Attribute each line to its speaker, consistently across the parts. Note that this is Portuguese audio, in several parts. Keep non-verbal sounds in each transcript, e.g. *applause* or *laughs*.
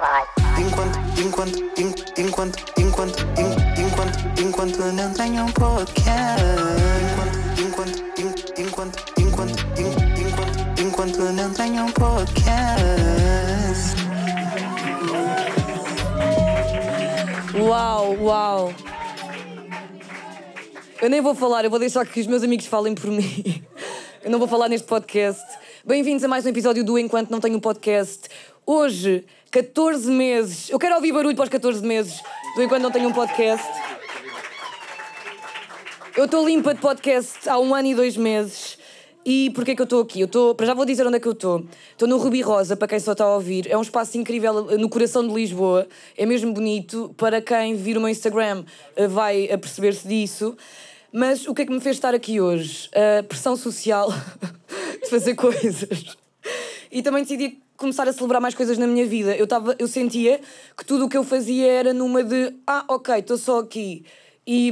Speaker 1: vai.
Speaker 2: Enquanto, enquanto, en- enquanto, enquanto, en- enquanto, enquanto não tenho um podcast. Enquanto, enquanto, en- enquanto, enquanto, en- enquanto, enquanto não tenho um podcast.
Speaker 3: Uau, uau. Eu nem vou falar, eu vou deixar que os meus amigos falem por mim. *laughs* Eu não vou falar neste podcast. Bem-vindos a mais um episódio do Enquanto Não Tenho um Podcast. Hoje, 14 meses. Eu quero ouvir barulho para os 14 meses do Enquanto Não Tenho um Podcast. Eu estou limpa de podcast há um ano e dois meses. E porquê que eu estou aqui? Eu estou, para já vou dizer onde é que eu estou. Estou no Rubi Rosa, para quem só está a ouvir. É um espaço incrível eh, no coração de Lisboa. É mesmo bonito. Para quem vir o meu Instagram eh, vai aperceber-se disso. Mas o que é que me fez estar aqui hoje? A pressão social *laughs* de fazer coisas *laughs* e também decidi começar a celebrar mais coisas na minha vida. Eu, tava, eu sentia que tudo o que eu fazia era numa de ah, ok, estou só aqui e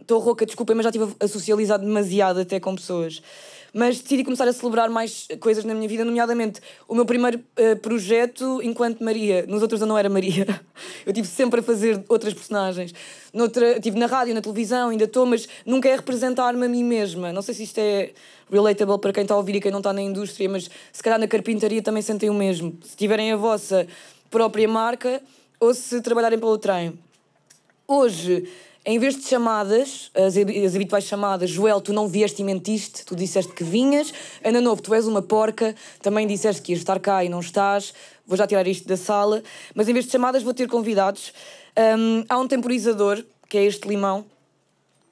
Speaker 3: estou rouca, desculpem, mas já estive a socializar demasiado até com pessoas. Mas decidi começar a celebrar mais coisas na minha vida, nomeadamente o meu primeiro eh, projeto enquanto Maria. Nos outros eu não era Maria. *laughs* Eu tive sempre a fazer outras personagens. Noutra, tive na rádio, na televisão, ainda estou, mas nunca é representar-me a mim mesma. Não sei se isto é relatable para quem está a ouvir e quem não está na indústria, mas se calhar na carpintaria também sentem o mesmo. Se tiverem a vossa própria marca ou se trabalharem pelo trem. Hoje, em vez de chamadas, as, habi- as habituais chamadas, Joel, tu não vieste e mentiste, tu disseste que vinhas, Ana Novo, tu és uma porca, também disseste que ias estar cá e não estás, vou já tirar isto da sala, mas em vez de chamadas vou ter convidados. Hum, há um temporizador, que é este limão,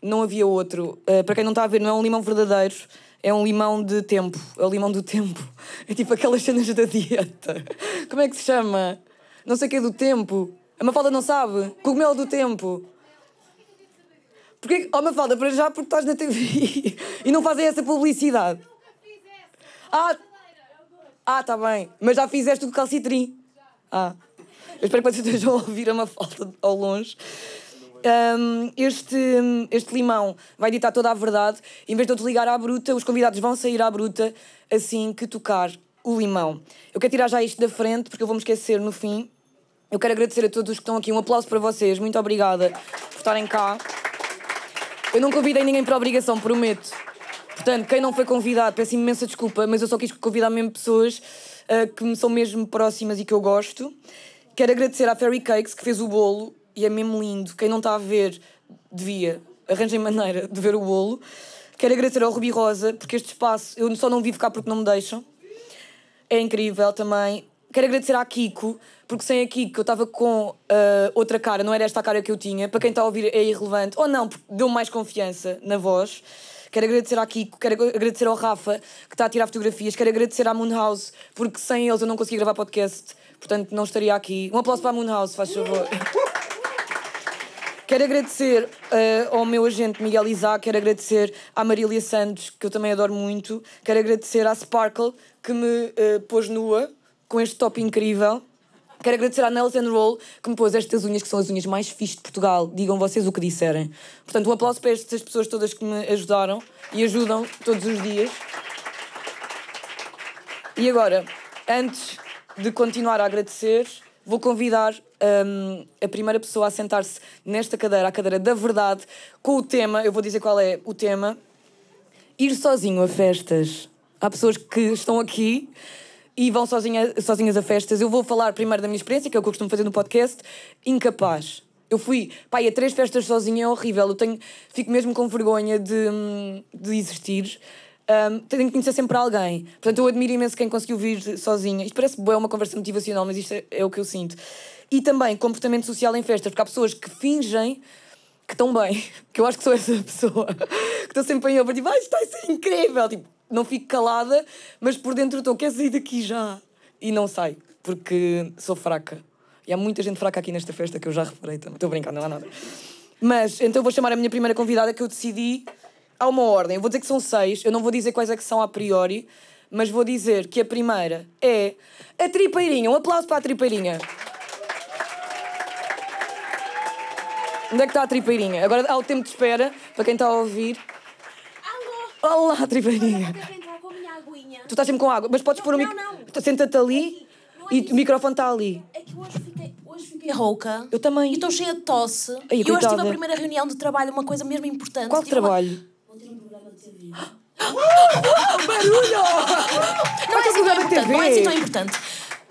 Speaker 3: não havia outro. Uh, para quem não está a ver, não é um limão verdadeiro, é um limão de tempo. É o limão do tempo. *laughs* É tipo aquelas cenas da dieta. Como é que se chama? Não sei o que é do tempo. A Mafalda não sabe. Cogumelo do tempo. Porquê? Oh, Mafalda, para já porque estás na TV *laughs* e não fazem essa publicidade. Ah, ah, tá bem. Mas já fizeste o calcitrim. Ah. Eu espero que vocês estejam a ouvir a Mafalda ao longe. Ahm, este, este limão vai ditar toda a verdade. Em vez de eu desligar à bruta, os convidados vão sair à bruta assim que tocar o limão. Eu quero tirar já isto da frente, porque eu vou me esquecer no fim. Eu quero agradecer a todos os que estão aqui. Um aplauso para vocês. Muito obrigada por estarem cá. Eu não convidei ninguém por obrigação, prometo. Portanto, quem não foi convidado, peço imensa desculpa, mas eu só quis convidar mesmo pessoas ah, que me são mesmo próximas e que eu gosto. Quero agradecer à Fairy Cakes que fez o bolo e é mesmo lindo. Quem não está a ver, devia. Arranjem maneira de ver o bolo. Quero agradecer ao Rubi Rosa, porque este espaço eu só não vivo cá porque não me deixam. É incrível também. Quero agradecer à Kiko, porque sem a Kiko eu estava com ah, outra cara, não era esta a cara que eu tinha. Para quem está a ouvir é irrelevante. Ou não, porque deu mais confiança na voz. Quero agradecer à Kiko, quero ag- agradecer ao Rafa, que está a tirar fotografias. Quero agradecer à Moonhouse, porque sem eles eu não conseguia gravar podcast. Portanto, não estaria aqui. Um aplauso para a Moonhouse, faz favor. Quero agradecer eh, ao meu agente Miguel Isaac, quero agradecer à Marília Santos, que eu também adoro muito, quero agradecer à Sparkle, que me eh, pôs nua com este top incrível. Quero agradecer à Nails and Roll, que me pôs estas unhas, que são as unhas mais fixe de Portugal. Digam vocês o que disserem. Portanto, um aplauso para estas pessoas todas que me ajudaram e ajudam todos os dias. E agora, antes de continuar a agradecer, vou convidar hum, a primeira pessoa a sentar-se nesta cadeira, a cadeira da verdade, com o tema, eu vou dizer qual é o tema, ir sozinho a festas. Há pessoas que estão aqui e vão sozinha, sozinhas a festas. Eu vou falar primeiro da minha experiência, que é o que eu costumo fazer no podcast, incapaz. Eu fui, pai, a três festas sozinha é horrível. Eu tenho, fico mesmo com vergonha de, hum, de existir. Hum, tenho que conhecer sempre alguém. Portanto, eu admiro imenso quem conseguiu vir sozinha. Isto parece boa, é uma conversa motivacional, mas isto é, é o que eu sinto. E também comportamento social em festas, porque há pessoas que fingem que estão bem, *laughs* que eu acho que sou essa pessoa, que estou sempre em over, tipo, ah, isto vai ser incrível, tipo, não fico calada, mas por dentro estou, quer sair daqui já? E não saio, porque sou fraca. E há muita gente fraca aqui nesta festa que eu já reparei também. Estou a brincar, não há nada. Mas, então vou chamar a minha primeira convidada que eu decidi. Há uma ordem, eu vou dizer que são seis, eu não vou dizer quais é que são a priori, mas vou dizer que a primeira é a Tripeirinha. Um aplauso para a Tripeirinha. Onde é que está a tripeirinha? Agora há o tempo de espera para quem está a ouvir.
Speaker 4: Alô!
Speaker 3: Olá, tripeirinha.
Speaker 4: Estás a entrar com a minha aguinha?
Speaker 3: Tu estás sempre com água, mas podes
Speaker 4: Não,
Speaker 3: pôr o
Speaker 4: não,
Speaker 3: micro.
Speaker 4: não.
Speaker 3: Senta-te ali
Speaker 4: Aqui. Não é
Speaker 3: e
Speaker 4: isso.
Speaker 3: o microfone está ali.
Speaker 4: É que hoje fico meio rouca.
Speaker 3: Eu também.
Speaker 4: E estou cheia de tosse.
Speaker 3: Ai,
Speaker 4: e hoje tive
Speaker 3: coitada.
Speaker 4: a primeira reunião de trabalho, uma coisa mesmo importante.
Speaker 3: Qual que
Speaker 4: Tive uma-
Speaker 3: trabalho?
Speaker 4: Vou ter um programa de TV.
Speaker 3: Qual
Speaker 4: Não
Speaker 3: que
Speaker 4: é
Speaker 3: é o
Speaker 4: assim tão
Speaker 3: programa de
Speaker 4: importante, não é assim tão
Speaker 3: TV?
Speaker 4: importante.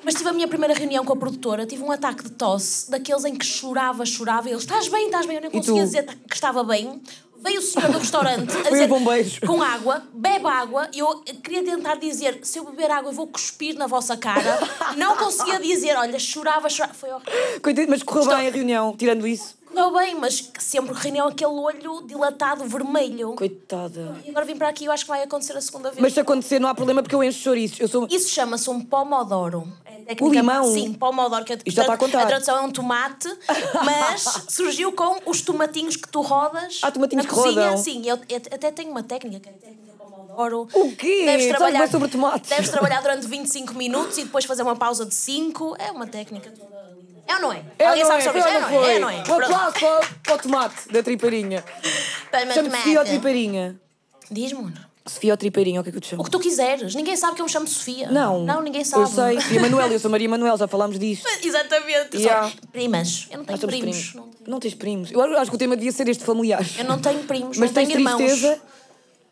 Speaker 4: Mas tive a minha primeira reunião com a produtora, tive um ataque de tosse, daqueles em que chorava, chorava, e eles, estás bem, estás bem, eu nem conseguia
Speaker 3: tu?
Speaker 4: dizer que estava bem. Veio o senhor do restaurante a
Speaker 3: *laughs* Foi um o
Speaker 4: dizer,
Speaker 3: bombeiro.
Speaker 4: com água, bebe água, e eu queria tentar dizer, se eu beber água eu vou cuspir na vossa cara. Não conseguia dizer, olha, chorava, chorava, foi horrível.
Speaker 3: Coitado, mas correu bem a reunião, tirando isso.
Speaker 4: Correu bem, mas sempre reunião aquele olho dilatado, vermelho.
Speaker 3: Coitada.
Speaker 4: E agora vim para aqui, eu acho que vai acontecer a segunda vez.
Speaker 3: Mas se acontecer, não há problema porque eu encho chouriços. Eu sou.
Speaker 4: Isso chama-se um pomodoro. É técnica-
Speaker 3: O limão?
Speaker 4: Sim, pomodoro. Que Isto
Speaker 3: já está a contar.
Speaker 4: A tradução é um tomate,
Speaker 3: *laughs*
Speaker 4: mas surgiu com os tomatinhos que tu rodas.
Speaker 3: Ah, tomatinhos
Speaker 4: na
Speaker 3: que
Speaker 4: cozinha.
Speaker 3: rodam.
Speaker 4: Sim, eu, eu até tenho uma técnica, que é a técnica pomodoro.
Speaker 3: O quê?
Speaker 4: Deves
Speaker 3: Sabe
Speaker 4: trabalhar,
Speaker 3: mais é sobre tomates. *laughs*
Speaker 4: deves trabalhar durante 25 minutos e depois fazer uma pausa de 5. É uma técnica toda... É ou não é?
Speaker 3: É,
Speaker 4: Alguém
Speaker 3: não
Speaker 4: sabe
Speaker 3: é?
Speaker 4: sobre
Speaker 3: Foi
Speaker 4: isso? É
Speaker 3: ou
Speaker 4: ou
Speaker 3: não
Speaker 4: não é? É ou não
Speaker 3: foi?
Speaker 4: é?
Speaker 3: Um
Speaker 4: Pronto.
Speaker 3: aplauso para, para o tomate da triparinha.
Speaker 4: Palma de
Speaker 3: Chama-te Sofia tipo, ou
Speaker 4: mate.
Speaker 3: triparinha?
Speaker 4: Diz-me, Nuno.
Speaker 3: Sofia ou triparinha, o que é que eu te
Speaker 4: o
Speaker 3: chamo?
Speaker 4: que tu quiseres. Ninguém sabe que eu me chamo Sofia.
Speaker 3: Não.
Speaker 4: Não, ninguém sabe.
Speaker 3: Eu sei,
Speaker 4: *laughs*
Speaker 3: Sofia Manuel, eu sou Maria Manuel, já falámos disto.
Speaker 4: Exatamente.
Speaker 3: Yeah.
Speaker 4: Só- Primas. Eu não tenho
Speaker 3: Nós somos
Speaker 4: primos.
Speaker 3: primos. Não tens primos. Eu acho- acho que o tema devia ser este familiar.
Speaker 4: Eu não tenho primos,
Speaker 3: Mas
Speaker 4: não tenho
Speaker 3: tens tristeza?
Speaker 4: irmãos.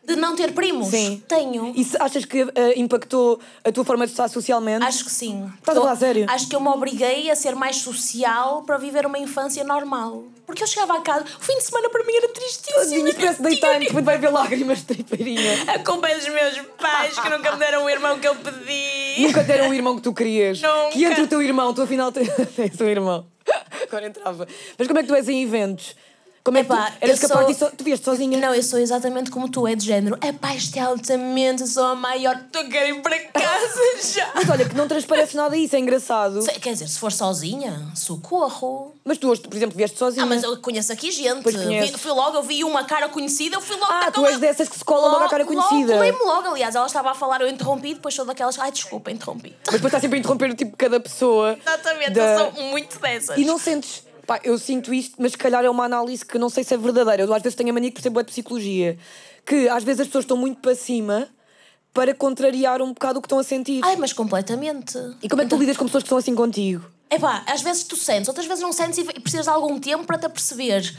Speaker 4: De não ter primos?
Speaker 3: Sim.
Speaker 4: Tenho.
Speaker 3: E se achas que eh, impactou a tua forma de estar socialmente?
Speaker 4: Acho que sim.
Speaker 3: Estás a falar
Speaker 4: Eu-
Speaker 3: sério?
Speaker 4: Acho que eu me obriguei a ser mais social para viver uma infância normal. Porque eu chegava a casa, o fim de semana para mim era tristíssimo.
Speaker 3: Tadinha, espécie de daytime, depois vai ver lágrimas de triparinha.
Speaker 4: *laughs* A culpa é dos meus pais que nunca me deram o irmão que eu pedi.
Speaker 3: Nunca deram o irmão que tu querias.
Speaker 4: Nunca.
Speaker 3: Que entre o teu irmão, tu afinal tens *laughs* tens um irmão. Agora entrava. Mas como é que tu és em eventos? Como é que
Speaker 4: Epá,
Speaker 3: tu eras
Speaker 4: eu sou-
Speaker 3: capaz de ir so... Tu vieste sozinha?
Speaker 4: Não, eu sou exatamente como tu, é de género. É pá, isto é altamente, eu sou a maior, estou a querer ir para casa *laughs* já.
Speaker 3: Mas olha, que não transparece nada isso, é engraçado.
Speaker 4: Se- Quer dizer, se for sozinha, socorro.
Speaker 3: Mas tu hoje, por exemplo, vieste sozinha.
Speaker 4: Ah, mas eu conheço aqui gente.
Speaker 3: Hum. Pois conheces.
Speaker 4: Vi- fui logo, eu vi uma cara conhecida, Então eu fui logo
Speaker 3: Ah,
Speaker 4: daquela-
Speaker 3: tu és dessas que se cola logo à cara conhecida.
Speaker 4: Logo, colei-me logo, aliás. Ela estava a falar, eu interrompi, depois sou daquelas. Ai, desculpa, interrompi. *laughs*
Speaker 3: Mas depois está sempre a interromper o tipo de cada pessoa.
Speaker 4: Exatamente,
Speaker 3: da-
Speaker 4: eu sou muito dessas.
Speaker 3: E não sentes. Pá, eu sinto isto, mas se calhar é uma análise que não sei se é verdadeira. Eu às vezes tenho a mania que percebo é de psicologia. Que às vezes as pessoas estão muito para cima para contrariar um bocado o que estão a sentir.
Speaker 4: Ai, mas completamente.
Speaker 3: E como é que tu lidas com pessoas que são assim contigo?
Speaker 4: Epá, às vezes tu sentes, outras vezes não sentes e e precisas de algum tempo para te aperceber.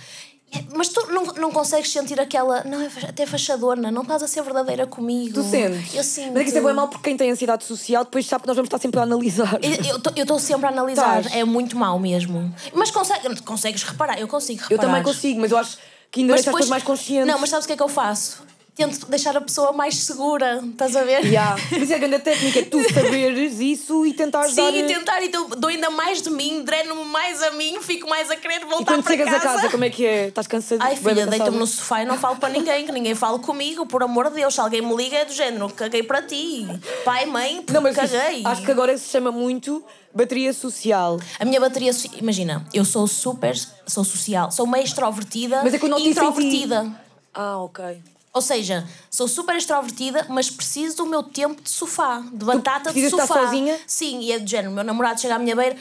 Speaker 4: É, Mas tu não, não consegues sentir aquela. Não, é fa- até fachadona, não estás a ser verdadeira comigo.
Speaker 3: Tu sentes?
Speaker 4: Hum, Eu sinto.
Speaker 3: Mas é que isso é bem mal porque quem tem ansiedade social depois sabe que nós vamos estar sempre a analisar.
Speaker 4: Eu- Eu estou sempre a analisar,
Speaker 3: Tás.
Speaker 4: é muito mau mesmo. Mas consegue, consegues reparar, eu consigo reparar.
Speaker 3: Eu também consigo, mas eu acho que ainda deixa as pessoas mais conscientes.
Speaker 4: Não, mas sabes o que é que eu faço? Tento deixar a pessoa mais segura, estás a ver?
Speaker 3: Yeah. Por isso é que a grande técnica é tu saberes isso e
Speaker 4: *laughs*
Speaker 3: tentares
Speaker 4: Sim,
Speaker 3: dar...
Speaker 4: e tentar, então dou ainda mais de mim, dreno-me mais a mim, fico mais a querer
Speaker 3: E
Speaker 4: voltar
Speaker 3: quando
Speaker 4: para
Speaker 3: chegas
Speaker 4: casa.
Speaker 3: a casa, como é que é? Estás cansado?
Speaker 4: Ai
Speaker 3: Bué
Speaker 4: filha,
Speaker 3: cansado?
Speaker 4: deita-me no sofá e não falo para ninguém, que ninguém fale comigo, por amor de Deus, se alguém me liga é do género, caguei para ti. Pai, mãe,
Speaker 3: Não, mas isso-
Speaker 4: caguei.
Speaker 3: acho que agora se chama muito bateria social.
Speaker 4: A minha bateria, so- imagina, eu sou super, sou social, sou meio extrovertida
Speaker 3: Mas é que eu não
Speaker 4: e
Speaker 3: te senti.
Speaker 4: introvertida.
Speaker 3: Ah, ok.
Speaker 4: Ou seja, sou super extrovertida, mas preciso do meu tempo de sofá, de batata de
Speaker 3: precisas
Speaker 4: sofá.
Speaker 3: estar sozinha?
Speaker 4: Sim, e é do género. Meu namorado chega à minha beira,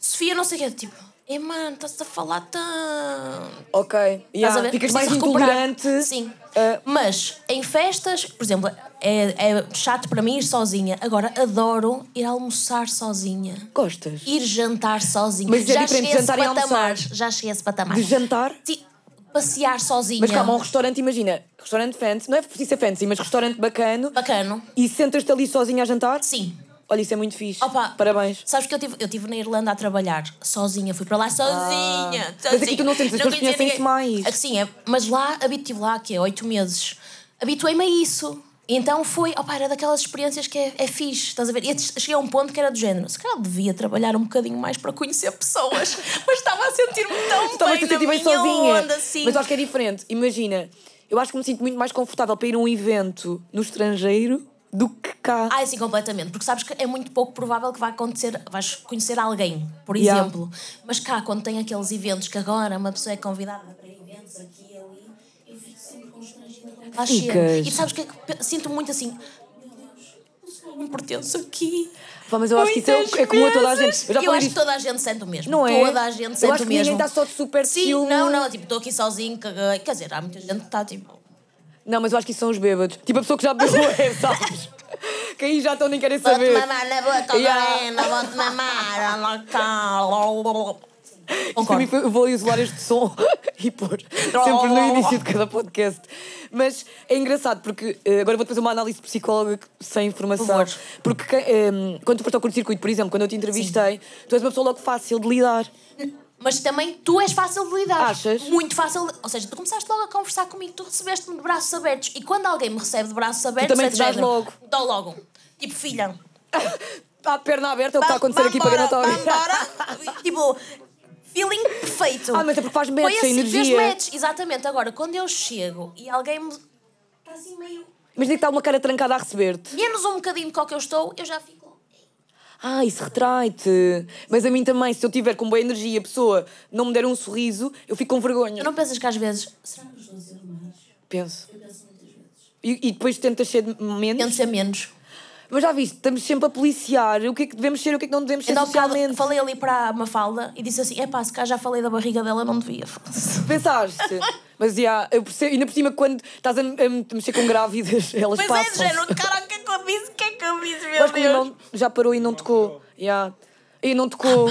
Speaker 4: Sofia, não sei o quê, tipo, eh, mano, estás a falar tanto.
Speaker 3: Ok.
Speaker 4: Estás a
Speaker 3: Yeah.
Speaker 4: ver?
Speaker 3: Ficas
Speaker 4: Preciso
Speaker 3: mais
Speaker 4: recuperar.
Speaker 3: intolerante.
Speaker 4: Sim.
Speaker 3: Ah,
Speaker 4: Mas em festas, por exemplo, é, é chato para mim ir sozinha. Agora adoro ir almoçar sozinha.
Speaker 3: gostas?
Speaker 4: Ir jantar sozinha.
Speaker 3: Mas é
Speaker 4: já
Speaker 3: diferente
Speaker 4: cheguei a esse
Speaker 3: jantar e almoçar.
Speaker 4: patamar. Já cheguei a esse patamar.
Speaker 3: De jantar?
Speaker 4: Sim, passear sozinha.
Speaker 3: Mas calma, um restaurante, imagina. Restaurante fancy. Não é preciso ser fancy, mas restaurante bacano.
Speaker 4: Bacano.
Speaker 3: E sentas-te ali sozinha a jantar?
Speaker 4: Sim.
Speaker 3: Olha, isso é muito fixe.
Speaker 4: Opa,
Speaker 3: Parabéns. Ah.
Speaker 4: Sabes que eu estive eu tive na Irlanda a trabalhar sozinha, fui para lá sozinha.
Speaker 3: Mas aqui
Speaker 4: sozinha.
Speaker 3: tu não sentes, as pessoas
Speaker 4: conhecia
Speaker 3: conhecem-se
Speaker 4: ninguém.
Speaker 3: mais.
Speaker 4: Ah, Sim, é, mas lá estive lá que é oito meses. Habituei-me a isso. E Então foi, opa, era daquelas experiências que é, é fixe, estás a ver? E eu cheguei a um ponto que era do género. Se calhar devia trabalhar um bocadinho mais para conhecer pessoas, *laughs* mas estava a sentir-me tão
Speaker 3: Estava a
Speaker 4: bem
Speaker 3: sentir
Speaker 4: na
Speaker 3: bem
Speaker 4: minha
Speaker 3: sozinha.
Speaker 4: onda, assim.
Speaker 3: Mas eu acho que é diferente. Imagina, eu acho que me sinto muito mais confortável para ir a um evento no estrangeiro do que cá.
Speaker 4: Ah, sim, completamente. Porque sabes que é muito pouco provável que vá acontecer, vais conhecer alguém, por
Speaker 3: Yeah.
Speaker 4: exemplo. Mas cá, quando tem aqueles eventos que agora uma pessoa é convidada para eventos aqui e ali, eu fico sempre constrangida quando lá
Speaker 3: Ficas.
Speaker 4: chego. E sabes o que é que pe- sinto muito assim? Meu Deus, eu só não pertenço aqui.
Speaker 3: Pá, mas eu acho que isso é-
Speaker 4: Muitas
Speaker 3: é comum a toda a gente.
Speaker 4: vezes.
Speaker 3: Eu já
Speaker 4: Eu,
Speaker 3: falei
Speaker 4: acho que
Speaker 3: disto.
Speaker 4: toda a gente sente o mesmo.
Speaker 3: Não é?
Speaker 4: Toda a gente
Speaker 3: Eu
Speaker 4: sente
Speaker 3: acho
Speaker 4: o
Speaker 3: que ninguém
Speaker 4: mesmo.
Speaker 3: está só de super
Speaker 4: Sim,
Speaker 3: chill,
Speaker 4: não,
Speaker 3: não.
Speaker 4: não. Tipo, estou aqui sozinho, caguei. Quer dizer, há muita gente que está tipo.
Speaker 3: Não, mas eu acho que isso são os bêbados. Tipo a pessoa que já
Speaker 4: *laughs*
Speaker 3: bebeu, é, sabes? Que aí já estão nem querem
Speaker 4: Vou-te
Speaker 3: saber.
Speaker 4: mamar na boca,
Speaker 3: Yeah.
Speaker 4: Lorena, vou-te mamar, olha cá.
Speaker 3: Isto para mim foi- eu vou isolar este som *laughs* e pôr sempre
Speaker 4: Oh.
Speaker 3: no início de cada podcast. Mas é engraçado porque eh, agora vou fazer uma análise psicóloga sem informação.
Speaker 4: Por favor.
Speaker 3: Porque que- em, quando tu foste ao curto-circuito, por exemplo, quando eu te entrevistei, tu és uma pessoa logo fácil de lidar.
Speaker 4: Mas também tu és fácil de lidar.
Speaker 3: Achas?
Speaker 4: Muito fácil. de- Ou seja, tu começaste logo a conversar comigo, tu recebeste-me de braços abertos. E quando alguém me recebe de braços abertos,
Speaker 3: também
Speaker 4: é
Speaker 3: te
Speaker 4: de
Speaker 3: dás
Speaker 4: género,
Speaker 3: logo.
Speaker 4: Dou logo. Tipo, filha.
Speaker 3: Está a perna aberta, é o que está a acontecer aqui para quem não está a
Speaker 4: vambora,
Speaker 3: ouvir.
Speaker 4: vambora. Tipo, feeling perfeito.
Speaker 3: *laughs* Ah, mas é porque faz match,
Speaker 4: Foi
Speaker 3: a
Speaker 4: assim, Fez
Speaker 3: energia.
Speaker 4: match. Exatamente. Agora, quando eu chego e alguém me. Está assim meio.
Speaker 3: Imagina que está uma cara trancada a receber-te.
Speaker 4: Menos um bocadinho de qual que eu estou, eu já fico.
Speaker 3: Ah, isso retrai-te. Mas a mim também, se eu tiver com boa energia e a pessoa não me der um sorriso, eu fico com vergonha.
Speaker 4: Eu não pensas que às vezes. Será que eu estou a dizer demais?
Speaker 3: Penso. E, e depois tentas ser menos.
Speaker 4: Tento ser menos.
Speaker 3: Mas já viste, estamos sempre a policiar o que é que devemos ser e o que é que não devemos ser
Speaker 4: Então,
Speaker 3: socialmente.
Speaker 4: bocado, falei ali para a Mafalda e disse assim: é pá, se cá já falei da barriga dela, não devia. Foda-se. *laughs*
Speaker 3: Pensaste? Mas já, eu percebo, ainda por cima, quando estás a, a mexer com grávidas, *laughs* elas
Speaker 4: Mas é de
Speaker 3: passam.
Speaker 4: género, cara, o que é que eu disse? O que é que eu disse, meu
Speaker 3: Mas que o
Speaker 4: Deus?
Speaker 3: limão já parou e não tocou. Já. E não tocou.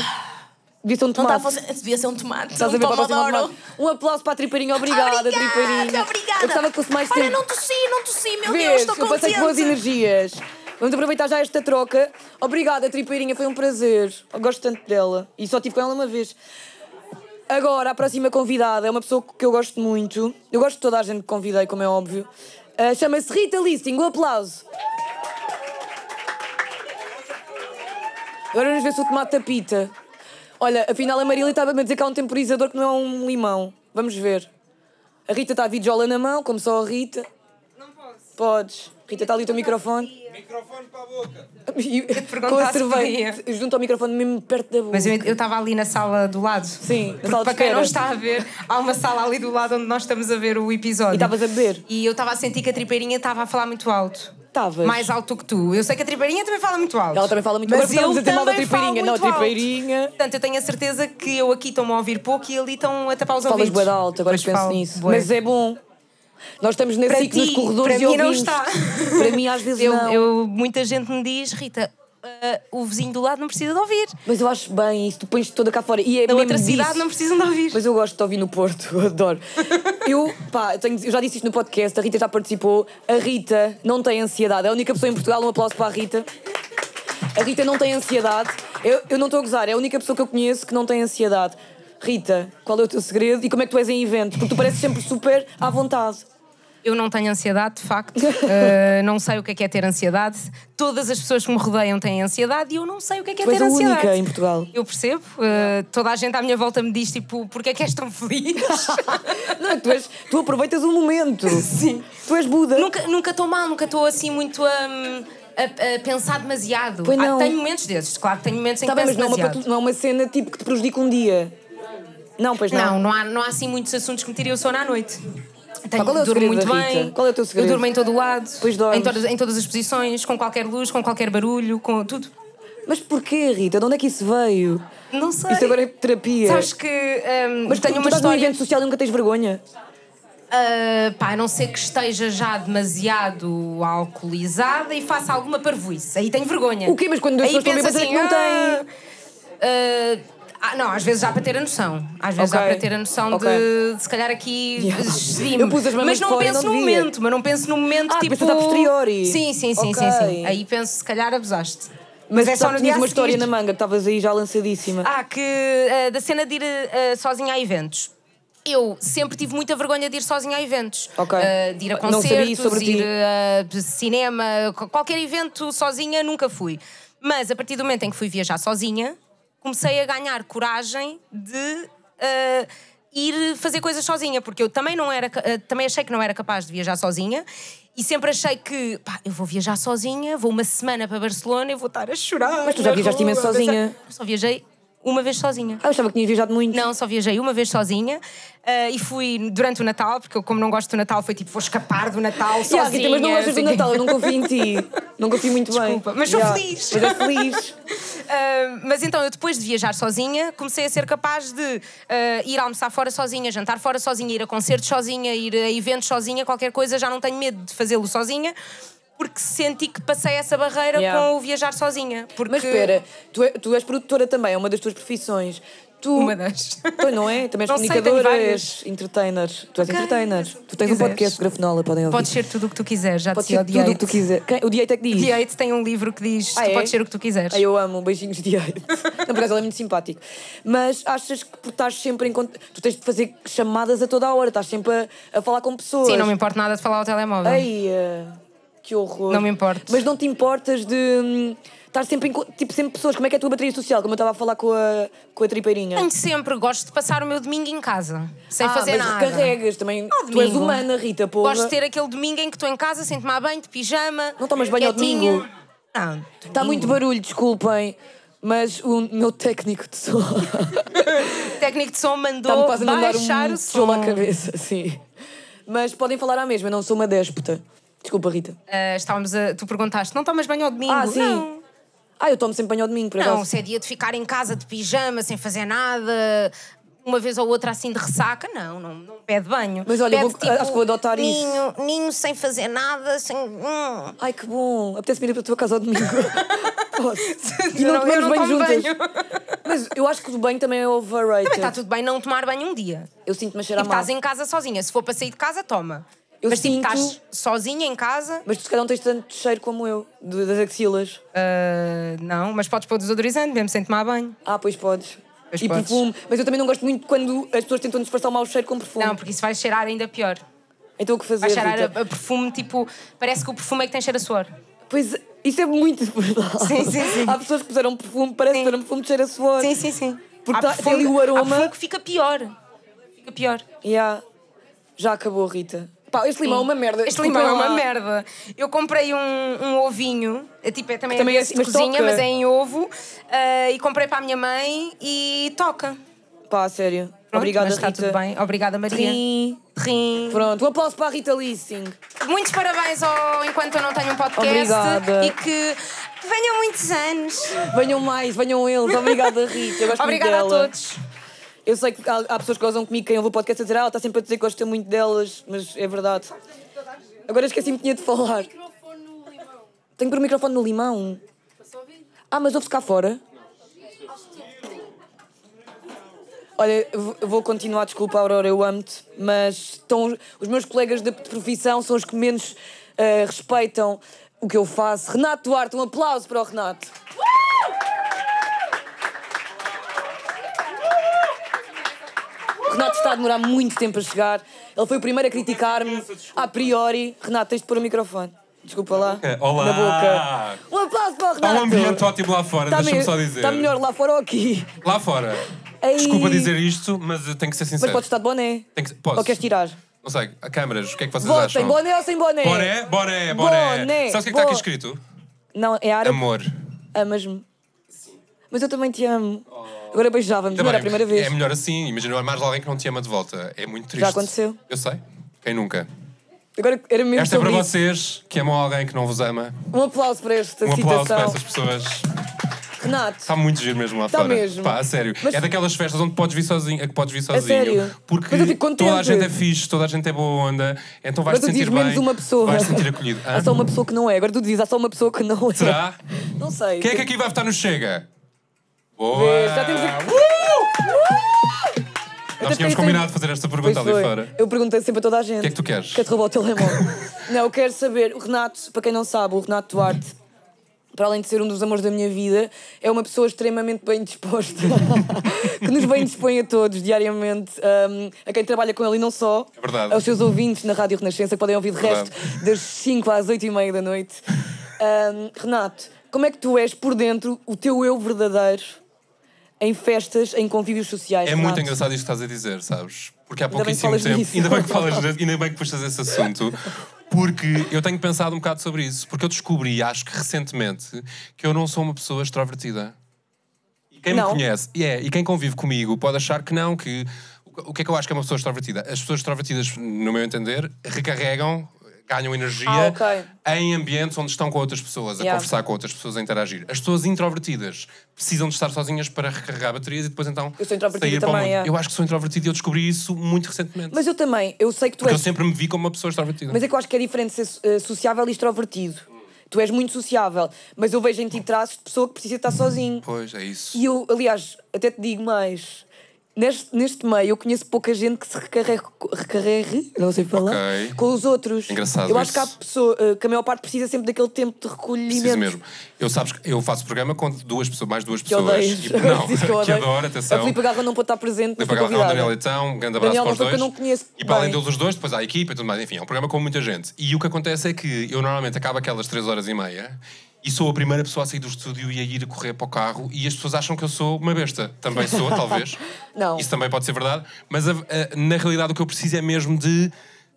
Speaker 3: Devia ser
Speaker 4: Ah.
Speaker 3: um
Speaker 4: Não
Speaker 3: tomate.
Speaker 4: está a fazer. Devia ser um tomate.
Speaker 3: Estás a
Speaker 4: um
Speaker 3: ver para a próxima
Speaker 4: pomodoro.
Speaker 3: tomate? Um aplauso para a Tripeirinha. Obrigada, Tripeirinha.
Speaker 4: Obrigada.
Speaker 3: Eu gostava que fosse mais
Speaker 4: Olha,
Speaker 3: tempo.
Speaker 4: não tossi, não tossi, meu Deus,
Speaker 3: Vês,
Speaker 4: estou
Speaker 3: eu passei
Speaker 4: contente.
Speaker 3: com boas energias. Vamos aproveitar já esta troca. Obrigada, Tripeirinha, foi um prazer. Eu gosto tanto dela. E só tive com ela uma vez. Agora, a próxima convidada é uma pessoa que eu gosto muito. Eu gosto de toda a gente que convidei, como é óbvio. Ah, Chama-se Rita Listing. Um aplauso. Agora vamos ver se o tomate apita. Olha, afinal a Marília estava-me a dizer que há um temporizador que não é um limão. Vamos ver. A Rita está a videola na mão, como só a Rita.
Speaker 1: Não posso.
Speaker 3: Podes. Rita, está ali o teu microfone.
Speaker 5: Microfone para a boca.
Speaker 3: E- Com
Speaker 1: perguntar
Speaker 3: a
Speaker 1: se
Speaker 3: cerveja. Junto ao microfone, mesmo perto da boca.
Speaker 1: Mas eu eu estava ali na sala do lado.
Speaker 3: Sim, na
Speaker 1: Porque
Speaker 3: sala de
Speaker 1: para quem não
Speaker 3: espera.
Speaker 1: está a ver, há uma sala ali do lado onde nós estamos a ver o episódio.
Speaker 3: E estavas a beber?
Speaker 1: E eu estava a sentir que a tripeirinha estava a falar muito alto.
Speaker 3: Estavas.
Speaker 1: Mais alto que tu. Eu sei que a tripeirinha também fala muito alto.
Speaker 3: Ela também fala muito-
Speaker 1: mas
Speaker 3: Agora estamos
Speaker 1: eu
Speaker 3: a dizer mal da
Speaker 1: também falo
Speaker 3: tripeirinha. Não,
Speaker 1: muito alto.
Speaker 3: tripeirinha.
Speaker 1: Portanto, eu tenho a certeza que eu aqui estou-me a ouvir pouco e ali estão a tapar os
Speaker 3: Falas
Speaker 1: ouvidos.
Speaker 3: bué de alto, agora
Speaker 1: Pois
Speaker 3: que penso
Speaker 1: falo,
Speaker 3: nisso.
Speaker 1: bué.
Speaker 3: Mas é bom. Nós estamos nesse
Speaker 1: Para
Speaker 3: ciclo nos
Speaker 1: ti,
Speaker 3: corredores
Speaker 1: para
Speaker 3: e
Speaker 1: mim não
Speaker 3: ouvimos.
Speaker 1: está.
Speaker 3: Para mim às vezes
Speaker 1: eu,
Speaker 3: não.
Speaker 1: eu- muita gente me diz, Rita, ah, o vizinho do lado não precisa de ouvir.
Speaker 3: Mas eu acho bem isso, tu pões toda cá fora. E é
Speaker 1: Da
Speaker 3: mesmo
Speaker 1: outra cidade
Speaker 3: disso.
Speaker 1: não precisam de ouvir.
Speaker 3: Mas eu gosto de ouvir no Porto, *laughs* eu adoro. Eu, pá, eu, tenho- eu já disse isto no podcast, a Rita já participou. A Rita não tem ansiedade. É a única pessoa em Portugal, um aplauso para a Rita. A Rita não tem ansiedade. Eu, eu não estou a gozar, é a única pessoa que eu conheço que não tem ansiedade. Rita, qual é o teu segredo e como é que tu és em eventos? Porque tu pareces sempre super à vontade. *laughs*
Speaker 1: Eu não tenho ansiedade, de facto. Uh, não sei o que é, que é ter ansiedade. Todas as pessoas que me rodeiam têm ansiedade e eu não sei o que é, que é
Speaker 3: Tu és
Speaker 1: ter
Speaker 3: a
Speaker 1: ansiedade.
Speaker 3: única em Portugal.
Speaker 1: Eu percebo. Uh, toda a gente à minha volta me diz, tipo, porque é que és
Speaker 3: *laughs*
Speaker 1: tão feliz?
Speaker 3: Não, tu, és, tu aproveitas o momento.
Speaker 1: Sim.
Speaker 3: Tu és Buda.
Speaker 1: nunca estou nunca estou mal, nunca estou assim muito a, a- a pensar demasiado. Ah,
Speaker 3: Pois não.
Speaker 1: tenho momentos desses, claro que tenho momentos em
Speaker 3: Tá
Speaker 1: que
Speaker 3: bem, mas
Speaker 1: penso
Speaker 3: não é, uma,
Speaker 1: demasiado.
Speaker 3: patu- não é uma cena tipo que te prejudica um dia. Não, pois não.
Speaker 1: Não, não há, não há assim muitos assuntos que me tirem o sono à noite. Tenho,
Speaker 3: Mas qual é o
Speaker 1: durmo
Speaker 3: segredo,
Speaker 1: muito
Speaker 3: Rita?
Speaker 1: bem.
Speaker 3: Qual é o teu segredo?
Speaker 1: Eu durmo em todo o lado.
Speaker 3: Pois dormes.
Speaker 1: em todas, em todas as posições, com qualquer luz, com qualquer barulho, com tudo.
Speaker 3: Mas porquê, Rita? De onde é que isso veio?
Speaker 1: Não sei.
Speaker 3: Isto agora é terapia.
Speaker 1: Sabes que hum,
Speaker 3: Mas tu-
Speaker 1: tenho
Speaker 3: tu
Speaker 1: uma
Speaker 3: estás num
Speaker 1: história.
Speaker 3: evento social e nunca tens vergonha.
Speaker 1: Ah, pá, a não ser que esteja já demasiado alcoolizada e faça alguma parvoíce. Aí tenho vergonha.
Speaker 3: O quê? Mas quando as
Speaker 1: Aí
Speaker 3: pessoas estão
Speaker 1: penso
Speaker 3: bêbadas é que não
Speaker 1: "Ah, ah, não, às vezes dá para ter a noção. Às vezes
Speaker 3: Ok.
Speaker 1: dá para ter a noção
Speaker 3: Ok.
Speaker 1: de, de se calhar aqui
Speaker 3: Yeah.
Speaker 1: excedi-me.
Speaker 3: Eu pus as mamas
Speaker 1: Mas
Speaker 3: de
Speaker 1: não
Speaker 3: fora e
Speaker 1: penso
Speaker 3: não
Speaker 1: no
Speaker 3: devia.
Speaker 1: momento, mas não penso no momento
Speaker 3: Ah,
Speaker 1: tipo.
Speaker 3: pensas a posteriori.
Speaker 1: Sim, sim, sim,
Speaker 3: Ok.
Speaker 1: sim, sim. Aí penso, se calhar abusaste.
Speaker 3: Mas, é só
Speaker 1: no
Speaker 3: me
Speaker 1: dia
Speaker 3: diz uma
Speaker 1: a seguir.
Speaker 3: história na manga que estavas aí já lançadíssima.
Speaker 1: Ah, que ah, da cena de ir ah, sozinha a eventos. Eu sempre tive muita vergonha de ir sozinha a eventos.
Speaker 3: Ok.
Speaker 1: Ah, de ir
Speaker 3: Não
Speaker 1: a concertos,
Speaker 3: sabia sobre
Speaker 1: ir
Speaker 3: ti.
Speaker 1: a cinema, qu- qualquer evento sozinha nunca fui. Mas a partir do momento em que fui viajar sozinha, comecei a ganhar coragem de ah, ir fazer coisas sozinha, porque eu também não era, ca- ah, também achei que não era capaz de viajar sozinha. E sempre achei que, pá, eu vou viajar sozinha, vou uma semana para Barcelona e vou estar a chorar.
Speaker 3: Mas tu já
Speaker 1: na
Speaker 3: viajaste
Speaker 1: rua,
Speaker 3: imenso
Speaker 1: a pensar-
Speaker 3: sozinha.
Speaker 1: Eu Só viajei uma vez sozinha.
Speaker 3: Ah, eu achava que tinhas viajado muito.
Speaker 1: Não, só viajei uma vez sozinha ah, e fui durante o Natal, porque eu, como não gosto do Natal, foi tipo, vou escapar
Speaker 3: *laughs*
Speaker 1: do Natal sozinha.
Speaker 3: Yeah, Rita, mas não gostas do
Speaker 1: assim.
Speaker 3: Natal, eu não confio em ti. *laughs* Não confio muito bem.
Speaker 1: Desculpa, mas sou
Speaker 3: Yeah,
Speaker 1: feliz.
Speaker 3: Mas és *laughs* feliz.
Speaker 1: Ah, mas então, eu depois de viajar sozinha, comecei a ser capaz de ah, ir almoçar fora sozinha, jantar fora sozinha, ir a concertos sozinha, ir a eventos sozinha, qualquer coisa, já não tenho medo de fazê-lo sozinha. porque senti que passei essa barreira
Speaker 3: Yeah.
Speaker 1: com o viajar sozinha. Porque...
Speaker 3: Mas espera, tu, é- tu és produtora também, é uma das tuas profissões. Tu,
Speaker 1: Uma das.
Speaker 3: Tu não é? Também és
Speaker 1: Não sei, tenho
Speaker 3: comunicadora,
Speaker 1: várias.
Speaker 3: és entertainer. Tu és
Speaker 1: Ok,
Speaker 3: entertainer.
Speaker 1: se
Speaker 3: Tu tens um
Speaker 1: quiseres.
Speaker 3: podcast, Grafenola, podem ouvir.
Speaker 1: Podes ser tudo o que tu quiseres, já
Speaker 3: Pode
Speaker 1: te
Speaker 3: ser
Speaker 1: odiei.
Speaker 3: tudo o que tu quiser. Quem? O Diate é que diz.
Speaker 1: Diate tem um livro que diz
Speaker 3: Ah,
Speaker 1: tu
Speaker 3: é?
Speaker 1: podes ser o que tu quiseres.
Speaker 3: Ah, eu amo, beijinhos de diário. *laughs* Não, por acaso ele é muito simpático. Mas achas que por estás sempre em conta. Tu tens de fazer chamadas a toda a hora, estás sempre a, a falar com pessoas.
Speaker 1: Sim, não me importa nada de falar ao telemóvel.
Speaker 3: Ai, eh, que horror.
Speaker 1: Não me importo.
Speaker 3: Mas não te importas de hum, estar sempre em co- tipo, sempre pessoas. Como é que é a tua bateria social? Como eu estava a falar com a, com a tripeirinha.
Speaker 1: Tenho sempre, gosto de passar o meu domingo em casa, sem
Speaker 3: ah,
Speaker 1: fazer
Speaker 3: mas
Speaker 1: nada.
Speaker 3: recarregas também.
Speaker 1: Ao
Speaker 3: tu és
Speaker 1: domingo.
Speaker 3: humana, Rita, porra.
Speaker 1: Gosto de ter aquele domingo em que estou em casa, sem tomar banho, de pijama.
Speaker 3: Não tomas banho ao
Speaker 1: quietinha.
Speaker 3: domingo?
Speaker 1: Não.
Speaker 3: Está Tá muito barulho, desculpem. Mas o meu técnico de som *laughs*
Speaker 1: O técnico de som
Speaker 3: está-me
Speaker 1: mandou
Speaker 3: quase a mandar
Speaker 1: baixar
Speaker 3: um
Speaker 1: o som.
Speaker 3: tijolo à cabeça, sim. Mas podem falar à mesma, eu não sou uma déspota. Desculpa, Rita.
Speaker 1: Ah, estávamos a... Tu perguntaste, não tomas banho ao domingo?
Speaker 3: Ah, sim.
Speaker 1: Não.
Speaker 3: Ah, eu tomo sempre banho ao domingo, por
Speaker 1: Não,
Speaker 3: acaso.
Speaker 1: se é dia de ficar em casa de pijama, sem fazer nada, uma vez ou outra assim de ressaca, não, não, não pede banho.
Speaker 3: Mas olha,
Speaker 1: Pede, tipo,
Speaker 3: vou- ah, acho que vou adotar isso.
Speaker 1: ninho, Ninho sem fazer nada, sem. hum.
Speaker 3: Ai, que bom. Apetece-me ir para a tua casa ao
Speaker 1: *laughs*
Speaker 3: domingo. Posso. E
Speaker 1: Eu
Speaker 3: não,
Speaker 1: não-
Speaker 3: tomamos
Speaker 1: eu não
Speaker 3: banho
Speaker 1: tomo
Speaker 3: juntas.
Speaker 1: banho.
Speaker 3: *laughs* Mas eu acho que o banho também é overrated.
Speaker 1: Também está tá tudo bem não tomar banho um dia.
Speaker 3: Eu sinto-me a
Speaker 1: E tá assim-
Speaker 3: cheirar mal.
Speaker 1: estás em casa sozinha. Se for para sair de casa, toma.
Speaker 3: Eu
Speaker 1: Mas
Speaker 3: sinto-
Speaker 1: tipo, estás sozinha em casa.
Speaker 3: Mas tu se calhar não tens tanto cheiro como eu, de- das axilas.
Speaker 1: ah, não, mas podes pôr desodorizante mesmo sem tomar banho.
Speaker 3: Ah, pois podes.
Speaker 1: Pois
Speaker 3: e
Speaker 1: podes.
Speaker 3: perfume. Mas eu também não gosto muito quando as pessoas tentam disfarçar o mau cheiro com perfume.
Speaker 1: Não, porque isso vai cheirar ainda pior.
Speaker 3: Então o que fazer,
Speaker 1: Vai cheirar a,
Speaker 3: Rita?
Speaker 1: a perfume, tipo, parece que o perfume é que tem cheiro a suor.
Speaker 3: Pois, isso é muito *laughs* verdade.
Speaker 1: Sim, sim, sim.
Speaker 3: Há pessoas que puseram perfume, parece que puseram perfume de cheiro a suor.
Speaker 1: Sim, sim, sim.
Speaker 3: Porque tá- tem ali o
Speaker 1: há
Speaker 3: aroma.
Speaker 1: perfume que fica pior. Fica pior.
Speaker 3: Yeah. Já acabou, Limão. Pá, este limão é uma merda.
Speaker 1: Este limão é
Speaker 3: Desculpem
Speaker 1: uma
Speaker 3: lá.
Speaker 1: merda. Eu comprei um, um ovinho, é tipo, é também,
Speaker 3: Que também é
Speaker 1: desse
Speaker 3: assim,
Speaker 1: de
Speaker 3: mas
Speaker 1: cozinha,
Speaker 3: toca.
Speaker 1: mas é em ovo, ah, e comprei para a minha mãe e toca.
Speaker 3: Pá, a sério.
Speaker 1: Pronto,
Speaker 3: Obrigada,
Speaker 1: mas está
Speaker 3: Rita.
Speaker 1: tudo bem. Obrigada, Maria.
Speaker 3: Sim.
Speaker 1: Rim.
Speaker 3: Pronto, um aplauso para a Rita Lissing.
Speaker 1: Muitos parabéns ao Enquanto Eu Não Tenho um Podcast.
Speaker 3: Obrigada.
Speaker 1: E que, que venham muitos anos.
Speaker 3: Venham mais, venham eles. Obrigada, Rita. Eu gosto
Speaker 1: Obrigada a
Speaker 3: muito dela.
Speaker 1: todos.
Speaker 3: Eu sei que há, há pessoas que gozam comigo, quem ouve o podcast a dizer, ah, ela está sempre a dizer que gosta muito delas, mas é verdade. Agora esqueci-me que tinha de falar. Tenho que pôr o microfone no limão. Ah, mas ouve-se cá fora? Olha, eu vou- eu vou continuar, desculpa, Aurora, eu amo-te, mas estão, os meus colegas de de profissão são os que menos eh, respeitam o que eu faço. Renato Duarte, um aplauso para o Renato. Renato está a demorar muito tempo a chegar. Ele foi o primeiro a criticar-me a priori. Renato, tens de pôr o microfone. Desculpa lá.
Speaker 5: boca. Olá.
Speaker 3: Na boca. Um aplauso para o
Speaker 5: Há
Speaker 3: Renato.
Speaker 5: um ambiente ótimo lá fora,
Speaker 3: Está
Speaker 5: deixa-me
Speaker 3: Tá
Speaker 5: só
Speaker 3: me-
Speaker 5: dizer.
Speaker 3: Está melhor lá fora ou aqui?
Speaker 5: Lá fora.
Speaker 3: Ei.
Speaker 5: Desculpa dizer isto, mas eu tenho que ser
Speaker 3: Mas
Speaker 5: sincero.
Speaker 3: podes estar de boné.
Speaker 5: Tem que- posso?
Speaker 3: Ou queres tirar?
Speaker 5: Não sei, a câmaras, o que é que vocês
Speaker 3: Votem,
Speaker 5: acham?
Speaker 3: boné ou sem boné?
Speaker 5: Boré, boré, boré.
Speaker 3: Boné,
Speaker 5: Sabes o que é que está aqui
Speaker 3: bo-
Speaker 5: escrito?
Speaker 3: Não, é árabe.
Speaker 5: Amor.
Speaker 3: Amas-me. Mas eu também te amo. Agora beijávamos, não
Speaker 5: Também,
Speaker 3: era a primeira vez.
Speaker 5: Oh. É melhor assim, imagina, há mais alguém que não te ama de volta. É muito triste.
Speaker 3: aconteceu.
Speaker 5: Eu sei. Quem nunca?
Speaker 3: Agora era mesmo
Speaker 5: Esta é para
Speaker 3: sobre isso.
Speaker 5: vocês que amam alguém que não vos ama.
Speaker 3: Um aplauso para esta
Speaker 5: Um
Speaker 3: citação.
Speaker 5: aplauso para Tá essas pessoas.
Speaker 3: Renato,
Speaker 5: Está muito giro mesmo lá
Speaker 3: Está
Speaker 5: fora.
Speaker 3: mesmo.
Speaker 5: Pá, a sério.
Speaker 3: Mas-
Speaker 5: É daquelas festas onde podes vir sozinho, a que podes vir sozinho.
Speaker 3: sério?
Speaker 5: Porque
Speaker 3: Mas eu fico contente.
Speaker 5: toda a gente é fixe, toda a gente é boa onda, então vais
Speaker 3: agora
Speaker 5: te
Speaker 3: tu dizes
Speaker 5: sentir bem.
Speaker 3: menos uma pessoa.
Speaker 5: Vais te sentir acolhido. Hã?
Speaker 3: Há só uma pessoa que não *laughs* é. Agora tu dizes, há só uma pessoa que não é.
Speaker 5: Será?
Speaker 3: Não sei.
Speaker 5: Quem é que é aqui vai votar no Chega? Boa!
Speaker 3: Vês, já temos aqui- Uh!
Speaker 5: Nós tínhamos
Speaker 3: fiquei sem-
Speaker 5: combinado de fazer esta
Speaker 3: Pois
Speaker 5: pergunta ali
Speaker 3: foi.
Speaker 5: fora.
Speaker 3: Eu perguntei sempre a toda a gente. O
Speaker 5: que é que tu queres?
Speaker 3: Queres roubar
Speaker 5: *laughs*
Speaker 3: o telemóvel? não, eu quero saber. O Renato, para quem não sabe, o Renato Duarte, para além de ser um dos amores da minha vida, é uma pessoa extremamente bem disposta, *laughs* que nos bem dispõe a todos diariamente, hum, a quem trabalha com ele e não só.
Speaker 5: É verdade. É
Speaker 3: Aos seus ouvintes na Rádio Renascença, que podem ouvir de
Speaker 5: Verdade.
Speaker 3: resto das 5 às 8 e meia da noite. Hum, Renato, como é que tu és por dentro o teu eu verdadeiro em festas, em convívios sociais?
Speaker 5: É muito
Speaker 3: Renato?
Speaker 5: engraçado isto que estás a dizer, sabes? Porque há
Speaker 3: Ainda bem que
Speaker 5: pouquíssimo
Speaker 3: falas
Speaker 5: tempo.
Speaker 3: nisso.
Speaker 5: Ainda bem que falas, nisso, ainda bem que puxas esse assunto. Porque eu tenho pensado um bocado sobre isso. Porque eu descobri, acho que recentemente, que eu não sou uma pessoa extrovertida. E quem
Speaker 3: Não?
Speaker 5: me conhece, e é, e quem convive comigo pode achar que não, que. O que é que eu acho que é uma pessoa extrovertida? As pessoas extrovertidas, no meu entender, recarregam ganham energia
Speaker 3: Ah, ok.
Speaker 5: em ambientes onde estão com outras pessoas, a
Speaker 3: Yeah.
Speaker 5: conversar com outras pessoas, a interagir. As pessoas introvertidas precisam de estar sozinhas para recarregar baterias e depois então
Speaker 3: Eu sou introvertida
Speaker 5: sair para o
Speaker 3: também,
Speaker 5: mundo.
Speaker 3: yeah.
Speaker 5: Eu acho que sou introvertido e eu descobri isso muito recentemente.
Speaker 3: Mas eu também, eu sei que tu
Speaker 5: porque eu
Speaker 3: és.
Speaker 5: sempre me vi como uma pessoa extrovertida.
Speaker 3: Mas é que eu acho que é diferente ser eh, sociável e extrovertido. Tu és muito sociável, mas eu vejo em ti traços de pessoa que precisa estar sozinho.
Speaker 5: Pois, é isso.
Speaker 3: E eu, aliás, até te digo mais. Neste, neste meio, eu conheço pouca gente que se recarregue, recarregue não sei falar,
Speaker 5: Ok.
Speaker 3: com os outros.
Speaker 5: Engraçado
Speaker 3: Eu acho
Speaker 5: isso.
Speaker 3: que, há pessoa, eh, que a maior parte precisa sempre daquele tempo de recolhimento.
Speaker 5: Preciso mesmo. Eu, sabes, que eu faço programa com duas pessoas, mais duas
Speaker 3: Que eu
Speaker 5: pessoas.
Speaker 3: odeio.
Speaker 5: E-
Speaker 3: *laughs*
Speaker 5: não,
Speaker 3: Diz que eu
Speaker 5: *laughs* que
Speaker 3: odeio.
Speaker 5: adoro, atenção.
Speaker 3: A Filipe Garra não pode estar presente.
Speaker 5: Daniel
Speaker 3: mas foi
Speaker 5: Pagão,
Speaker 3: convidada.
Speaker 5: Daniel Leitão, um grande abraço
Speaker 3: Daniel é
Speaker 5: para
Speaker 3: uma
Speaker 5: os
Speaker 3: pessoa
Speaker 5: dois.
Speaker 3: que eu não conheço
Speaker 5: e para além
Speaker 3: bem.
Speaker 5: deles os dois, depois há a equipa e tudo mais. Enfim, é um programa com muita gente. E o que acontece é que eu normalmente acabo aquelas 3 horas e meia e sou a primeira pessoa a sair do estúdio e a ir a correr para o carro e as pessoas acham que eu sou uma besta. Também
Speaker 3: *laughs*
Speaker 5: sou, talvez.
Speaker 3: Não.
Speaker 5: Isso também pode ser verdade. Mas a- a- na realidade o que eu preciso é mesmo de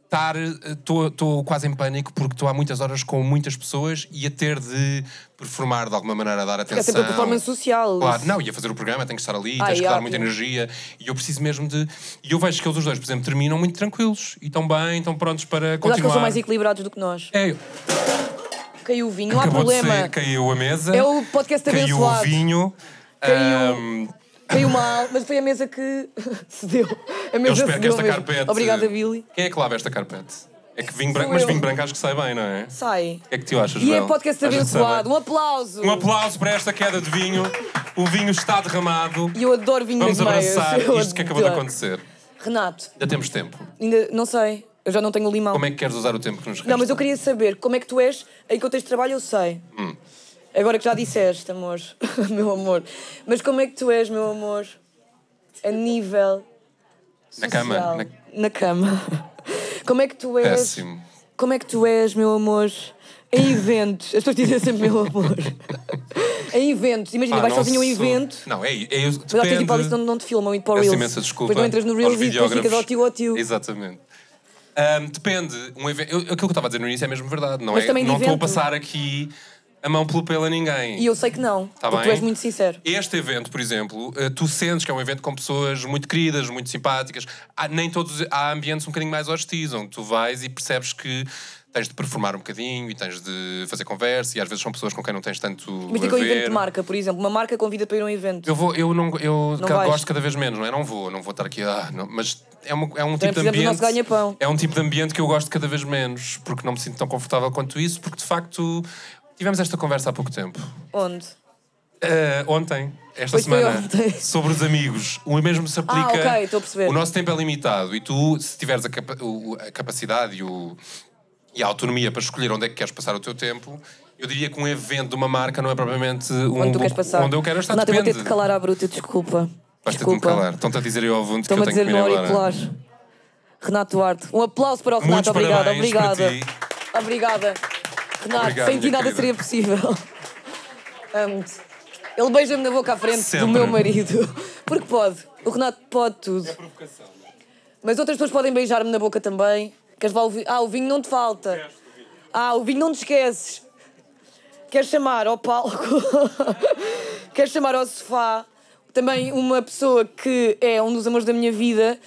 Speaker 5: estar... Estou quase em pânico porque estou há muitas horas com muitas pessoas e a ter de performar de alguma maneira, a dar atenção.
Speaker 3: é sempre a performance social.
Speaker 5: Claro, não, ia fazer o programa, tenho que estar ali,
Speaker 3: Ah,
Speaker 5: tens que
Speaker 3: yeah,
Speaker 5: dar muita
Speaker 3: yeah.
Speaker 5: energia e eu preciso mesmo de. E eu vejo que eles os dois, por exemplo, terminam muito tranquilos e estão bem, estão prontos para
Speaker 3: Eu acho que eles
Speaker 5: continuar.
Speaker 3: são mais equilibrados do que nós.
Speaker 5: É,
Speaker 3: Caiu o vinho, não há
Speaker 5: acabou de
Speaker 3: problema.
Speaker 5: sair, caiu a mesa,
Speaker 3: É o podcast
Speaker 5: caiu o
Speaker 3: abençoado.
Speaker 5: vinho.
Speaker 3: Caiu-
Speaker 5: ahm,
Speaker 3: Caiu mal, mas foi a mesa que *laughs* cedeu. A
Speaker 5: eu
Speaker 3: mesa
Speaker 5: espero que
Speaker 3: cedeu
Speaker 5: esta
Speaker 3: mesmo.
Speaker 5: carpete.
Speaker 3: Obrigada, Billy.
Speaker 5: Quem é que lava esta carpete? É que vinho
Speaker 3: Sou
Speaker 5: branco, mas
Speaker 3: eu.
Speaker 5: vinho branco acho que sai bem, não é? O
Speaker 3: Sai.
Speaker 5: que é que tu achas,
Speaker 3: E é
Speaker 5: Bel?
Speaker 3: podcast
Speaker 5: Achas que sai
Speaker 3: abençoado.
Speaker 5: bem?
Speaker 3: Um aplauso.
Speaker 5: Um aplauso para esta queda de vinho. O vinho está derramado.
Speaker 3: E eu adoro vinho é
Speaker 5: Vamos
Speaker 3: das meias.
Speaker 5: abraçar
Speaker 3: Eu
Speaker 5: isto que acabou de
Speaker 3: adoro.
Speaker 5: acontecer.
Speaker 3: Renato,
Speaker 5: Ainda temos tempo.
Speaker 3: ainda não sei. Eu já não tenho limão.
Speaker 5: Como é que queres usar o tempo que nos resta?
Speaker 3: Não, mas eu queria saber como é que tu és em contexto de trabalho, eu sei.
Speaker 5: Hum.
Speaker 3: Agora que já disseste, amor, *laughs* meu amor. Mas como é que tu és, meu amor? A nível.
Speaker 5: Na cama,
Speaker 3: social.
Speaker 5: na-
Speaker 3: Na cama. *laughs* Como é que tu és?
Speaker 5: Péssimo.
Speaker 3: Como é que tu és, meu amor? Em eventos. As pessoas dizem sempre, meu
Speaker 5: *laughs*
Speaker 3: amor. em eventos. Imagina,
Speaker 5: Pá,
Speaker 3: vais
Speaker 5: não
Speaker 3: sozinho a um
Speaker 5: sou-
Speaker 3: evento.
Speaker 5: Ah, Não, é, é eu,
Speaker 3: Mas
Speaker 5: depende.
Speaker 3: tens de ir para a lista onde não te filmam e para o
Speaker 5: Peço
Speaker 3: Reels.
Speaker 5: imensa desculpa.
Speaker 3: Depois não entras no
Speaker 5: aos
Speaker 3: Reels e depois
Speaker 5: videógrafos.
Speaker 3: ficas ao tio, ao tio.
Speaker 5: Exatamente. Ahm, depende. Um evento, eu, aquilo que eu estava a dizer no início é mesmo verdade. Não
Speaker 3: Mas
Speaker 5: é?
Speaker 3: também de
Speaker 5: Não estou a
Speaker 3: evento.
Speaker 5: passar aqui a mão pelo pelo a ninguém.
Speaker 3: E eu sei que não.
Speaker 5: Tá
Speaker 3: porque tu
Speaker 5: bem.
Speaker 3: és muito sincero.
Speaker 5: Este evento, por exemplo, eh, tu sentes que é um evento com pessoas muito queridas, muito simpáticas. Há, nem todos, há ambientes um bocadinho mais hostis, onde tu vais e percebes que tens de performar um bocadinho e tens de fazer conversa e às vezes são pessoas com quem não tens tanto
Speaker 3: Mas
Speaker 5: a
Speaker 3: diga um
Speaker 5: ver.
Speaker 3: evento de marca, por exemplo. Uma marca convida para ir a um evento.
Speaker 5: Eu vou, eu não, eu ca-
Speaker 3: vais?
Speaker 5: gosto cada vez menos, não é? Não vou, não vou estar aqui, ah, não, mas é, uma, é um
Speaker 3: Também
Speaker 5: tipo de
Speaker 3: precisamos do
Speaker 5: ambiente.
Speaker 3: nosso ganha-pão.
Speaker 5: É um tipo de ambiente que eu gosto cada vez menos, porque não me sinto tão confortável quanto isso, porque de facto tivemos esta conversa há pouco tempo.
Speaker 3: Onde?
Speaker 5: Eh, ontem, esta
Speaker 3: Pois foi
Speaker 5: semana,
Speaker 3: ontem.
Speaker 5: *laughs* sobre os amigos. O mesmo se aplica.
Speaker 3: Ah, ok, estou a perceber.
Speaker 5: O nosso tempo é limitado e tu, se tiveres a, capa- o- a capacidade e, o- e a autonomia para escolher onde é que queres passar o teu tempo. Eu diria que um evento de uma marca não é propriamente um
Speaker 3: Onde tu
Speaker 5: bo-
Speaker 3: queres passar?
Speaker 5: onde eu quero é estar.
Speaker 3: Renato, eu vou ter
Speaker 5: depende.
Speaker 3: de calar à bruta, desculpa.
Speaker 5: Vais ter de me
Speaker 3: desculpa.
Speaker 5: calar. Estão-te a dizer eu ao Vundo que
Speaker 3: Estão-me
Speaker 5: eu
Speaker 3: a
Speaker 5: tenho que
Speaker 3: dizer
Speaker 5: me
Speaker 3: no
Speaker 5: ir
Speaker 3: auricular.
Speaker 5: embora.
Speaker 3: Renato Duarte. Um aplauso para o Renato.
Speaker 5: Muitos
Speaker 3: Obrigada,
Speaker 5: parabéns para
Speaker 3: obrigada.
Speaker 5: ti.
Speaker 3: Obrigada. Renato,
Speaker 5: Obrigado,
Speaker 3: sem ti
Speaker 5: minha
Speaker 3: nada
Speaker 5: querida.
Speaker 3: seria possível. Amo-te. Ele beija-me na boca à frente
Speaker 5: Sempre.
Speaker 3: do meu marido. *laughs* Porque pode. O Renato pode tudo. É provocação. Mas outras pessoas podem beijar-me na boca também. Queres levar o vinho? Ah, o vinho não te falta. Ah, o vinho não te esqueces. Queres chamar ao palco? *laughs* Queres chamar ao sofá? Também uma pessoa que é um dos amores da minha vida,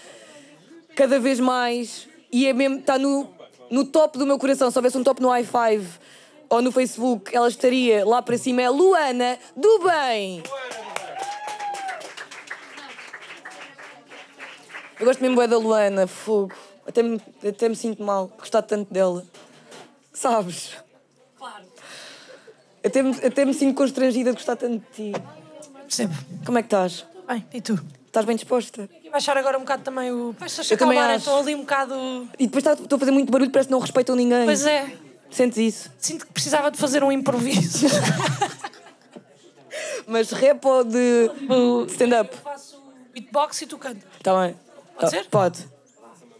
Speaker 3: cada vez mais, e é mesmo, está no, no top do meu coração. Se houvesse um top no i5 ou no Facebook, ela estaria lá para cima. É Luana do Bem! Eu gosto mesmo bué da Luana, fogo. Até me, até me sinto mal, gostar tanto dela. Sabes? Claro. Até me, até me sinto constrangida de gostar tanto de ti.
Speaker 6: Percebo.
Speaker 3: Como é que estás?
Speaker 6: Bem, e tu?
Speaker 3: Estás bem disposta?
Speaker 6: E baixar agora um bocado também o. Deixa
Speaker 3: Eu também
Speaker 6: acalmar,
Speaker 3: acho.
Speaker 6: estou ali um bocado.
Speaker 3: E depois tá- estou a fazer muito barulho, parece que não respeitam ninguém.
Speaker 6: Pois é,
Speaker 3: Sentes isso?
Speaker 6: sinto que precisava de fazer um
Speaker 7: *laughs*
Speaker 6: improviso.
Speaker 3: Mas rap ou de
Speaker 6: O-
Speaker 3: stand-up?
Speaker 6: Eu faço um beatbox e tu cantas.
Speaker 3: Está bem. Tá-
Speaker 6: ser?
Speaker 3: Pode.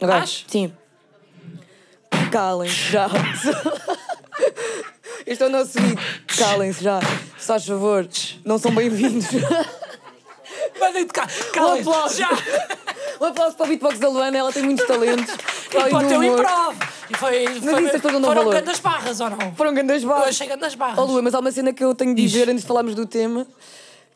Speaker 3: Agora,
Speaker 6: Acho.
Speaker 3: Sim. Calem-se já. este é o nosso vídeo. Calem-se já. Se faz favor, não são bem-vindos.
Speaker 6: Mandem tocar.
Speaker 3: Um
Speaker 6: Calma,
Speaker 3: aplauso.
Speaker 6: já!
Speaker 3: Um aplauso para o beatbox da Luana, ela tem muitos talentos.
Speaker 6: E um
Speaker 3: Além
Speaker 6: para o
Speaker 3: do
Speaker 6: teu
Speaker 3: humor.
Speaker 6: improv. E foi, foi,
Speaker 3: isso as pessoas não dão
Speaker 6: foram
Speaker 3: valor.
Speaker 6: grandes barras ou não?
Speaker 3: Foram grandes barras.
Speaker 6: Eu achei grandes barras.
Speaker 3: Oh, Lua, mas há uma cena que eu tenho de
Speaker 6: Diz.
Speaker 3: dizer antes de falarmos do tema,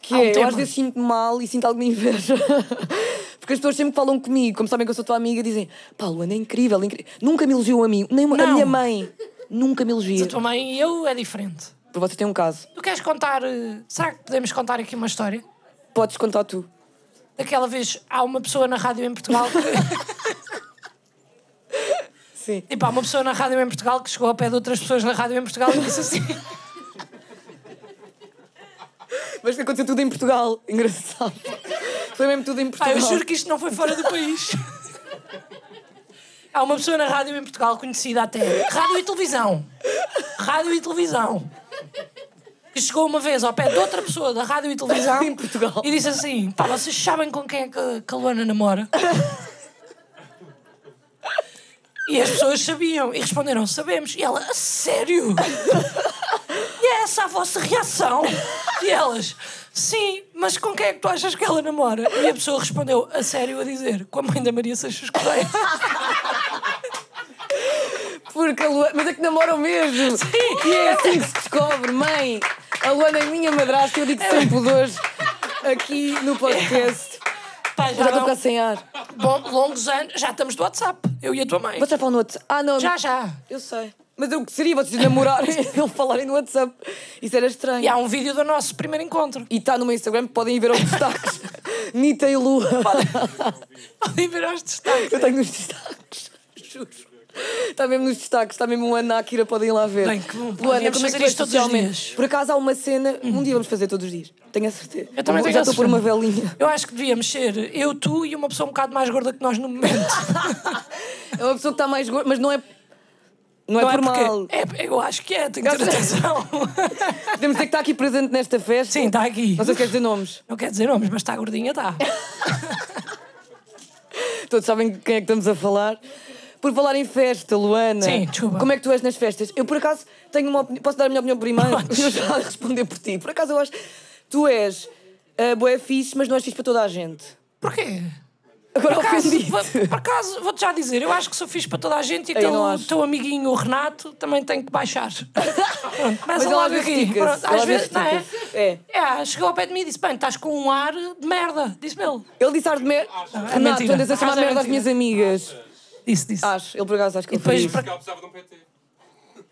Speaker 3: que
Speaker 6: Há um
Speaker 3: é, eu
Speaker 6: tema.
Speaker 3: às vezes sinto-me mal e sinto alguma inveja. Porque *laughs* Porque as pessoas sempre falam comigo, como sabem que eu sou tua amiga, dizem: Pá, Luana, é incrível, é incrível. Nunca me elogiou a mim, nem uma- a
Speaker 6: Não.
Speaker 3: minha mãe. Nunca me
Speaker 6: A
Speaker 3: elogia.
Speaker 6: tua mãe e eu é diferente.
Speaker 3: Por você tem um caso.
Speaker 6: Tu queres contar. eh, Será que podemos contar aqui uma história?
Speaker 3: Podes contar tu.
Speaker 6: Daquela vez há uma pessoa na rádio em Portugal que.
Speaker 3: *laughs* Sim.
Speaker 6: tipo, há uma pessoa na rádio em Portugal que chegou ao pé de outras pessoas na rádio em Portugal e disse assim.
Speaker 3: Mas que aconteceu tudo em Portugal. *laughs* Engraçado. Foi mesmo tudo em
Speaker 6: Pá,
Speaker 3: Portugal.
Speaker 6: eu juro que isto não foi fora do
Speaker 3: *laughs*
Speaker 6: país. Há uma pessoa na rádio em Portugal, conhecida até. Rádio e televisão. Rádio e televisão. Que chegou uma vez ao pé de outra pessoa da rádio e televisão.
Speaker 3: *laughs* Em Portugal.
Speaker 6: E disse assim: pá, vocês sabem com quem é que, que a Luana namora? E as pessoas sabiam e responderam: sabemos. E ela: a sério? E é essa a vossa reação? E elas, sim, mas com quem é que tu achas que ela namora? E a pessoa respondeu, a sério, a dizer, com a mãe da Maria Seixas Correia.
Speaker 3: *laughs* Porque a Luana. Mas é que namoram mesmo.
Speaker 6: Sim.
Speaker 3: E é assim que se descobre, mãe. A Luana é minha madrasta, eu digo sem pudores aqui no podcast.
Speaker 6: Pá, já
Speaker 3: Já estou a
Speaker 6: não,
Speaker 3: ficar sem ar.
Speaker 6: bom, longos anos, já estamos do WhatsApp, eu e a tua mãe.
Speaker 3: Vocês já falam no WhatsApp? Ah, não.
Speaker 6: Já, já.
Speaker 3: Eu sei. Mas o que seria vocês *laughs* namorarem e não falarem no WhatsApp? Isso era estranho.
Speaker 6: E há um vídeo do nosso primeiro encontro. *laughs*
Speaker 3: E está no meu Instagram, podem ir ver aos destaques. Nita e Lua.
Speaker 6: Podem ver aos destaques.
Speaker 3: Eu tenho nos destaques. *laughs* Juro. Está mesmo nos destaques, está mesmo um ano na Akira, podem ir lá ver.
Speaker 6: Bem, que bom. Pá,
Speaker 3: Luana,
Speaker 6: devíamos
Speaker 3: como é que
Speaker 6: fazer
Speaker 3: tu és
Speaker 6: isto todos os
Speaker 3: socialmente?
Speaker 6: dias.
Speaker 3: Por acaso há uma cena, um dia vamos fazer todos os dias. Tenho a certeza.
Speaker 6: Eu também
Speaker 3: Vou-
Speaker 6: tenho
Speaker 3: Já
Speaker 6: a
Speaker 3: estou a pôr uma
Speaker 6: certeza.
Speaker 3: velinha.
Speaker 6: Eu acho que devíamos ser eu, tu e uma pessoa um bocado mais gorda que nós no
Speaker 3: *laughs*
Speaker 6: momento.
Speaker 3: É uma pessoa que está mais gorda, mas não é. Não, é por
Speaker 6: porque-
Speaker 3: mal.
Speaker 6: É, eu acho que é, tenho que ter atenção.
Speaker 3: Podemos dizer que está aqui presente nesta festa.
Speaker 6: Sim, está aqui.
Speaker 3: Não sei se queres dizer nomes.
Speaker 6: *laughs* Não quer dizer nomes, mas está gordinha, tá. está.
Speaker 3: Todos sabem de quem é que estamos a falar. Por falar em festa, Luana.
Speaker 6: Sim, desculpa.
Speaker 3: Como é que tu és nas festas? Eu, por acaso, tenho uma opinião. Posso dar a minha opinião
Speaker 6: *laughs*
Speaker 3: primeiro?
Speaker 6: Podes.
Speaker 3: Eu já responder por ti. Por acaso, eu acho. Tu és uh, boé fixe, mas não és fixe para toda a gente.
Speaker 6: Porquê?
Speaker 3: Agora
Speaker 6: Por acaso,
Speaker 3: ofendi.
Speaker 6: vou- por acaso, vou-te já dizer, eu acho que sou fixe para toda a gente e
Speaker 3: Eu não
Speaker 6: o
Speaker 3: acho.
Speaker 6: teu amiguinho o Renato também tem que
Speaker 3: *laughs*
Speaker 6: baixar. Pronto,
Speaker 3: Mas
Speaker 6: começa
Speaker 3: ele às
Speaker 6: logo
Speaker 3: vezes
Speaker 6: aqui.
Speaker 3: estica-se,
Speaker 6: Pronto, às
Speaker 3: ele às
Speaker 6: vezes,
Speaker 3: vezes
Speaker 6: não é?
Speaker 3: estica-se. É.
Speaker 6: É, chegou ao pé de mim e disse: Bem, estás com um ar de merda. Disse-me ele.
Speaker 3: Ele disse ar de merda. Renato, tu
Speaker 6: Ah, mentira.
Speaker 3: andas a
Speaker 6: Por
Speaker 3: chamar
Speaker 6: acaso é
Speaker 3: merda às
Speaker 6: mentira.
Speaker 3: minhas amigas.
Speaker 6: Disse, disse.
Speaker 3: Acho, ele por acaso acho que ele
Speaker 6: depois,
Speaker 3: fez.
Speaker 6: para-
Speaker 5: Porque ela precisava de um PT.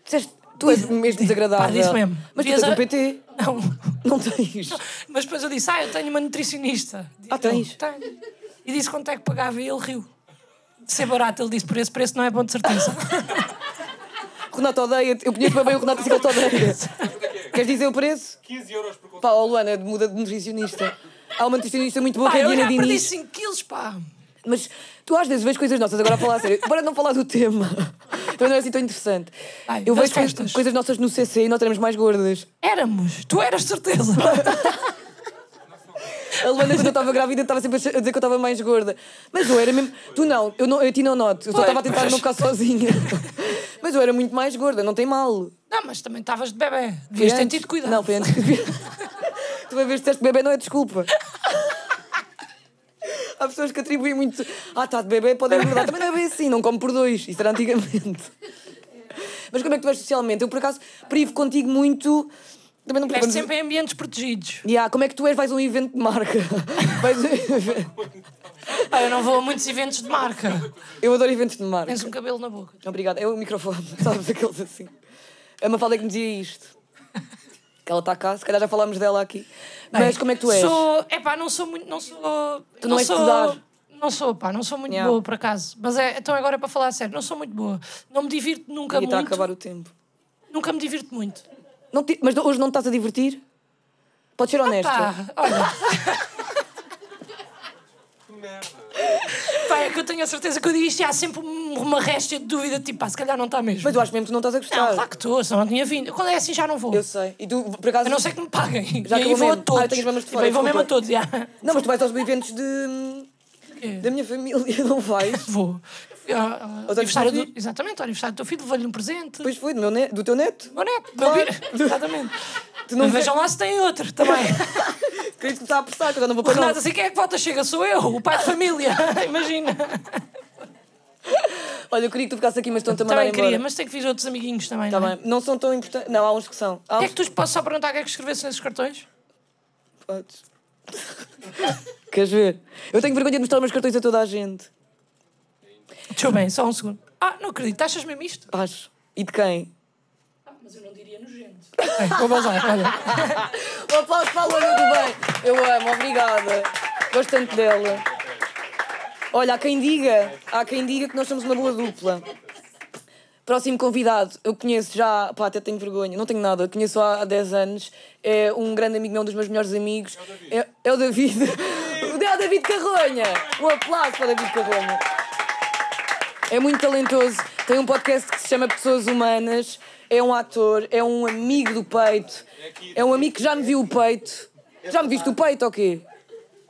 Speaker 3: Disseste, tu és mesmo desagradável.
Speaker 6: Pá, disse mesmo.
Speaker 3: Mas tu
Speaker 6: Devias
Speaker 3: tens um
Speaker 6: a-
Speaker 3: PT.
Speaker 6: Não. *laughs*
Speaker 3: Não tens.
Speaker 6: Mas depois eu disse: Ah, eu tenho uma nutricionista. Disse,
Speaker 3: Ah, tens?
Speaker 6: Tenho. E disse quanto é que pagava e ele riu. De ser barato, ele disse: Por esse preço não é bom de
Speaker 3: *laughs*
Speaker 6: certeza.
Speaker 3: Renato odeia-te. Eu conheço bem o Renato disse que ele te odeia.
Speaker 5: é
Speaker 3: Queres dizer o preço?
Speaker 5: 15 euros por conta.
Speaker 3: Pá, ó Luana, muda de nutricionista. Há uma nutricionista muito boa
Speaker 6: pá,
Speaker 3: que é a
Speaker 6: eu já
Speaker 3: Diana
Speaker 6: perdi
Speaker 3: Diniz.
Speaker 6: 5 quilos, pá.
Speaker 3: Mas tu às vezes vês coisas nossas, agora a falar a sério. Para não falar do tema. Também não é assim tão interessante.
Speaker 6: Ai,
Speaker 3: eu
Speaker 6: das
Speaker 3: vejo coisas-
Speaker 6: festas.
Speaker 3: coisas nossas no CC e nós teremos mais gordas.
Speaker 6: Éramos. Tu eras de
Speaker 3: *laughs*
Speaker 6: certeza.
Speaker 3: A Luana, quando eu estava grávida, estava sempre a dizer que eu estava mais gorda. Mas eu era mesmo. Tu não, eu, não, eu a ti não noto. Eu só
Speaker 6: Pois,
Speaker 3: estava a tentar
Speaker 6: mas-
Speaker 3: não ficar
Speaker 6: *laughs*
Speaker 3: sozinha. Mas eu era muito mais gorda, não tem mal.
Speaker 6: Não, mas também estavas de bebê. Devias ter
Speaker 3: antes-
Speaker 6: tido cuidado.
Speaker 3: Não, foi antes que
Speaker 6: *laughs*
Speaker 3: Tu uma vez disseste que bebê não é desculpa. Há pessoas que atribuem muito. Ah, está de bebê, pode engordar. Também não é bem assim, não como por dois. Isso era antigamente. Mas como é que tu és socialmente? Eu, por acaso, privo contigo muito. Também não
Speaker 6: Estiveste sempre em ambientes protegidos.
Speaker 3: Ya, como é que tu és? Vais a um evento
Speaker 6: *laughs*
Speaker 3: de marca. Vais a um evento-
Speaker 6: Pá, eu não vou a muitos eventos de marca.
Speaker 3: Eu adoro eventos de marca.
Speaker 6: Tens um cabelo na boca.
Speaker 3: Obrigada. É o microfone, *laughs* sabes? Aqueles assim. A Mafalda é que me dizia isto. Que ela está cá, se calhar já falámos dela aqui. Mas
Speaker 6: Bem,
Speaker 3: como é que tu és?
Speaker 6: Sou... É pá, não sou muito... Não sou...
Speaker 3: Tu não és de
Speaker 6: sou...
Speaker 3: dar.
Speaker 6: Não sou, pá, não sou muito
Speaker 3: Yeah.
Speaker 6: boa, por acaso. Mas é, então agora é para falar a sério, não sou muito boa. Não me divirto nunca
Speaker 3: E está tá a
Speaker 6: muito.
Speaker 3: acabar o tempo.
Speaker 6: Nunca me divirto muito.
Speaker 3: Não te- Mas hoje não te estás a divertir? Podes ser honesta.
Speaker 6: Ah, Pá, olha. Pá, é que eu tenho a certeza que eu digo isto e há sempre um- uma réstia de dúvida, tipo, pá, se calhar não está mesmo.
Speaker 3: Mas eu acho mesmo que tu não estás a gostar.
Speaker 6: Não, claro que estou, senão não tinha vindo. Quando é assim já não vou.
Speaker 3: Eu sei. E tu, por acaso.
Speaker 6: A não ser que me paguem.
Speaker 3: Já
Speaker 6: e aí
Speaker 3: acabou
Speaker 6: vou a
Speaker 3: mesmo.
Speaker 6: todos.
Speaker 3: Ah, eu tenho os mesmos de
Speaker 6: E
Speaker 3: fora,
Speaker 6: bem, vou
Speaker 3: desculpa.
Speaker 6: mesmo a todos, já.
Speaker 3: Não, mas tu vais aos eventos de. da minha família, *laughs* não vais?
Speaker 6: Vou. Fui ao- ao aniversário
Speaker 3: um filho?
Speaker 6: do... Exatamente, ao aniversário do teu filho, levei-lhe um presente.
Speaker 3: Pois foi, do, meu ne- do teu neto.
Speaker 6: Meu neto, meu
Speaker 3: Claro. *laughs*
Speaker 6: filho. Exatamente.
Speaker 3: Tu não
Speaker 6: Mas vejam lá se tem outro
Speaker 3: *laughs*
Speaker 6: também.
Speaker 3: Querido que está a apressar, que eu já não vou
Speaker 6: O
Speaker 3: para nada.
Speaker 6: Renato, assim, quem é que volta? Chega, sou eu, o pai de família. *laughs* Imagina.
Speaker 3: Olha, eu queria que tu ficasse aqui, mas estão-te a mandar
Speaker 6: Também
Speaker 3: embora.
Speaker 6: queria, mas tenho que vir outros amiguinhos também.
Speaker 3: Tá
Speaker 6: não é?
Speaker 3: bem. Não são tão importantes. Não, há uns que *laughs* são. Há uns
Speaker 6: É que tu posso só perguntar o que é que escrevesse nesses cartões?
Speaker 3: Podes. Queres ver? Eu tenho vergonha de mostrar os meus cartões a toda a gente.
Speaker 6: Deixa eu bem, só um segundo. Ah, não acredito, achas mesmo
Speaker 3: *laughs*
Speaker 6: isto?
Speaker 3: Acho. E de quem?
Speaker 6: Bem, vou bazar, olha.
Speaker 3: *laughs* Um aplauso para a Luana do Bem. Eu amo, obrigada. Gosto tanto dela. Olha, há quem diga, há quem diga que nós somos uma boa dupla. Próximo convidado, eu conheço já, pá, até tenho vergonha, não tenho nada, eu conheço há 10 anos, é um grande amigo meu, um dos meus melhores amigos. É, é o David. O é o David *laughs* Carronha. Um aplauso para o David Carronha. É muito talentoso. Tem um podcast que se chama Pessoas Humanas. É um ator, é um amigo do peito. É um amigo que já me viu o peito. Já me viste o peito ou quê?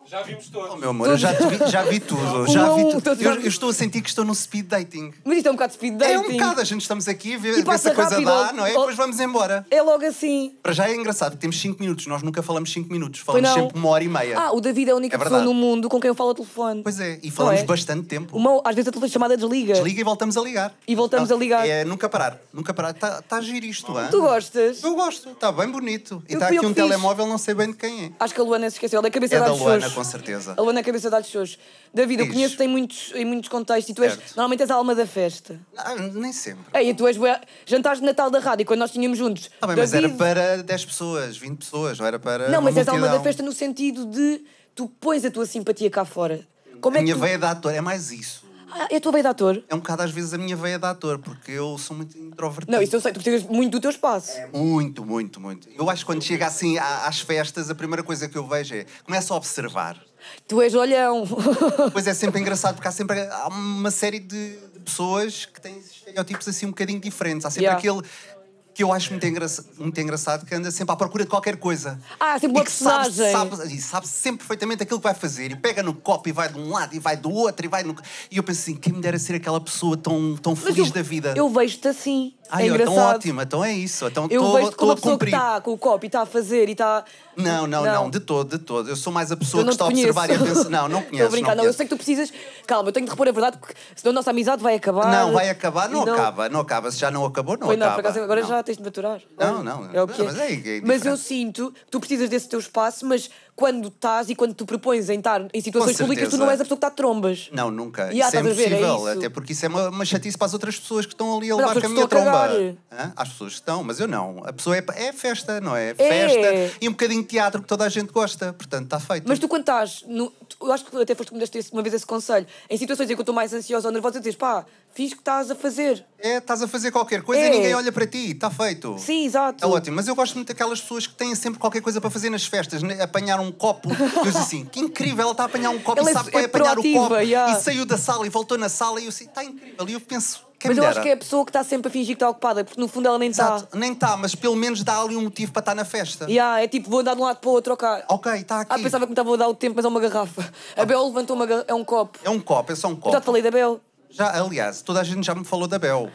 Speaker 5: Já vimos todos.
Speaker 2: Oh, meu amor, eu já, te vi, já vi
Speaker 3: *laughs*
Speaker 2: tudo.
Speaker 3: Um
Speaker 2: Já
Speaker 3: a
Speaker 2: vi
Speaker 3: um,
Speaker 2: tudo.
Speaker 3: todos
Speaker 2: Eu,
Speaker 3: já vi.
Speaker 2: eu estou a sentir que estou num speed dating.
Speaker 3: Mas isto é um bocado de speed dating.
Speaker 2: É um bocado, a gente estamos aqui a ver, ver se
Speaker 3: passa
Speaker 2: a coisa
Speaker 3: rápido, Oh.
Speaker 2: dá,
Speaker 3: ó-
Speaker 2: não é? E
Speaker 3: ó-
Speaker 2: depois vamos embora.
Speaker 3: É logo assim.
Speaker 2: Para já é engraçado, temos 5 minutos, nós nunca falamos 5 minutos,
Speaker 3: Pois
Speaker 2: falamos
Speaker 3: não.
Speaker 2: sempre uma hora e meia.
Speaker 3: Ah, o David é a única
Speaker 2: É
Speaker 3: pessoa
Speaker 2: verdade.
Speaker 3: no mundo com quem eu falo ao telefone.
Speaker 2: Pois é, e
Speaker 3: Não
Speaker 2: falamos
Speaker 3: é?
Speaker 2: bastante tempo.
Speaker 3: Uma, às vezes a telefonada desliga.
Speaker 2: Desliga e voltamos a ligar.
Speaker 3: E voltamos a ligar.
Speaker 2: É nunca parar, nunca parar. Está tá a giro isto, hã?
Speaker 3: Tu gostas?
Speaker 2: Eu gosto, está bem bonito. E
Speaker 3: Eu
Speaker 2: está
Speaker 3: fui eu
Speaker 2: aqui um
Speaker 3: que fiz.
Speaker 2: telemóvel, não sei bem de quem é.
Speaker 3: Acho que a Luana se esqueceu. Ela é cabeça
Speaker 2: É
Speaker 3: de
Speaker 2: da
Speaker 3: alhos
Speaker 2: Luana,
Speaker 3: xoxos.
Speaker 2: com certeza.
Speaker 3: A Luana é cabeça de alhos xoxos. David, eu
Speaker 2: Diz.
Speaker 3: conheço-te em muitos, em muitos contextos e tu és...
Speaker 2: Certo.
Speaker 3: Normalmente és a alma da festa.
Speaker 2: Ah, nem sempre.
Speaker 3: Ei, e tu és... bué- Jantares de Natal da rádio, quando nós tínhamos juntos.
Speaker 2: Tá bem, mas era para 10 pessoas, 20 pessoas, não era para.
Speaker 3: Não,
Speaker 2: uma
Speaker 3: mas és a alma da
Speaker 2: multidão.
Speaker 3: festa no sentido de... Tu pões a tua simpatia cá fora. Como
Speaker 2: A
Speaker 3: é que
Speaker 2: minha
Speaker 3: tu...
Speaker 2: veia de ator é mais isso.
Speaker 3: Ah, é a tua veia de ator?
Speaker 2: É um bocado às vezes a minha veia de ator, porque eu sou muito introvertido.
Speaker 3: Não, isso eu sei. Tu gostas muito do teu espaço.
Speaker 2: É. Muito, muito, muito. Eu acho que quando chega assim à- às festas, a primeira coisa que eu vejo é começo a observar.
Speaker 3: Tu és olhão. *laughs*
Speaker 2: Depois é sempre engraçado porque há sempre há uma série de de pessoas que têm estereótipos assim um bocadinho diferentes. Há sempre
Speaker 3: Yeah.
Speaker 2: aquele que eu acho muito, engraça- muito engraçado que anda sempre à procura de qualquer coisa.
Speaker 3: Ah, há sempre uma
Speaker 2: E que sabe-
Speaker 3: personagem.
Speaker 2: Sabe, e sabe sempre perfeitamente aquilo que vai fazer. E pega no copo e vai de um lado e vai do outro e vai no... E eu penso assim, quem me dera ser aquela pessoa tão, tão feliz
Speaker 3: eu,
Speaker 2: da vida.
Speaker 3: Eu vejo-te assim.
Speaker 2: Ai,
Speaker 3: é
Speaker 2: ó,
Speaker 3: engraçado.
Speaker 2: então ótimo, então é isso. Então
Speaker 3: Eu
Speaker 2: tô-
Speaker 3: vejo-te
Speaker 2: tô
Speaker 3: como
Speaker 2: a
Speaker 3: a pessoa que
Speaker 2: cumprir.
Speaker 3: está com o copo e está a fazer e está.
Speaker 2: Não, não, não, de todo, de todo. Eu sou mais a pessoa que
Speaker 3: Eu não
Speaker 2: está a
Speaker 3: te conheço.
Speaker 2: observar e a pensar. Não, não
Speaker 3: *laughs* Estou
Speaker 2: conheço.
Speaker 3: a brincar, não, eu
Speaker 2: conheço.
Speaker 3: sei que tu precisas. Calma, eu tenho de repor a verdade porque senão a nossa amizade vai acabar.
Speaker 2: Não, vai acabar,
Speaker 3: E
Speaker 2: não, acaba, não acaba. Se já não acabou, não
Speaker 3: Foi não,
Speaker 2: acaba.
Speaker 3: por acaso agora
Speaker 2: Não.
Speaker 3: já tens de maturar.
Speaker 2: Não, não,
Speaker 3: É o que
Speaker 2: não, mas é- é indiferente.
Speaker 3: Mas eu sinto que tu precisas desse teu espaço, mas quando estás e quando tu propões em estar em situações
Speaker 2: Com
Speaker 3: públicas, tu
Speaker 2: certeza.
Speaker 3: não és a pessoa que está de trombas.
Speaker 2: Não, nunca.
Speaker 3: E há,
Speaker 2: isso é
Speaker 3: estás a ver, é
Speaker 2: impossível.
Speaker 3: isso.
Speaker 2: Até porque isso é uma, uma chatice para as outras pessoas que estão ali a
Speaker 3: Mas há
Speaker 2: levar com a minha
Speaker 3: pessoas que estão a
Speaker 2: tromba.
Speaker 3: cagar.
Speaker 2: Hã? As pessoas que estão, mas eu não. A pessoa é, é festa, não é? Festa e um bocadinho de teatro que toda a gente gosta. Portanto, está feito.
Speaker 3: Mas tu quando estás, no- tu- eu acho que até foste que me deste esse- uma vez esse conselho, em situações em que eu estou mais ansiosa ou nervosa, dizes pá, fiz o que estás a fazer.
Speaker 2: É, estás a fazer qualquer coisa
Speaker 3: É.
Speaker 2: e ninguém olha para ti. Está feito.
Speaker 3: Sim, exato.
Speaker 2: Está É ótimo. Mas eu gosto muito daquelas pessoas que têm sempre qualquer coisa para fazer nas festas. né? Apanhar um
Speaker 3: *laughs*
Speaker 2: copo. Eu digo assim, que incrível. Ela está a apanhar um copo
Speaker 3: Ela
Speaker 2: e
Speaker 3: é-
Speaker 2: sabe que
Speaker 3: é
Speaker 2: vai apanhar o copo.
Speaker 3: proativa, yeah.
Speaker 2: E saiu da sala e voltou na sala. E eu assim, está incrível. E eu penso, quem
Speaker 3: Mas
Speaker 2: me
Speaker 3: eu
Speaker 2: dera.
Speaker 3: acho que é a pessoa que está sempre a fingir que está ocupada, porque no fundo ela nem está.
Speaker 2: Exato. Nem está, mas pelo menos dá ali um motivo para estar na festa.
Speaker 3: Yeah, é tipo, vou andar de um lado para o outro, ok.
Speaker 2: Ok, está aqui.
Speaker 3: Ah, pensava que me estava a dar o tempo, mas é uma garrafa. A Bel levantou uma garrafa, é um copo.
Speaker 2: É um copo, é só um copo.
Speaker 3: Eu já te falei da Bel.
Speaker 2: Já, aliás, toda a gente já me falou da
Speaker 3: *laughs*
Speaker 2: Bel.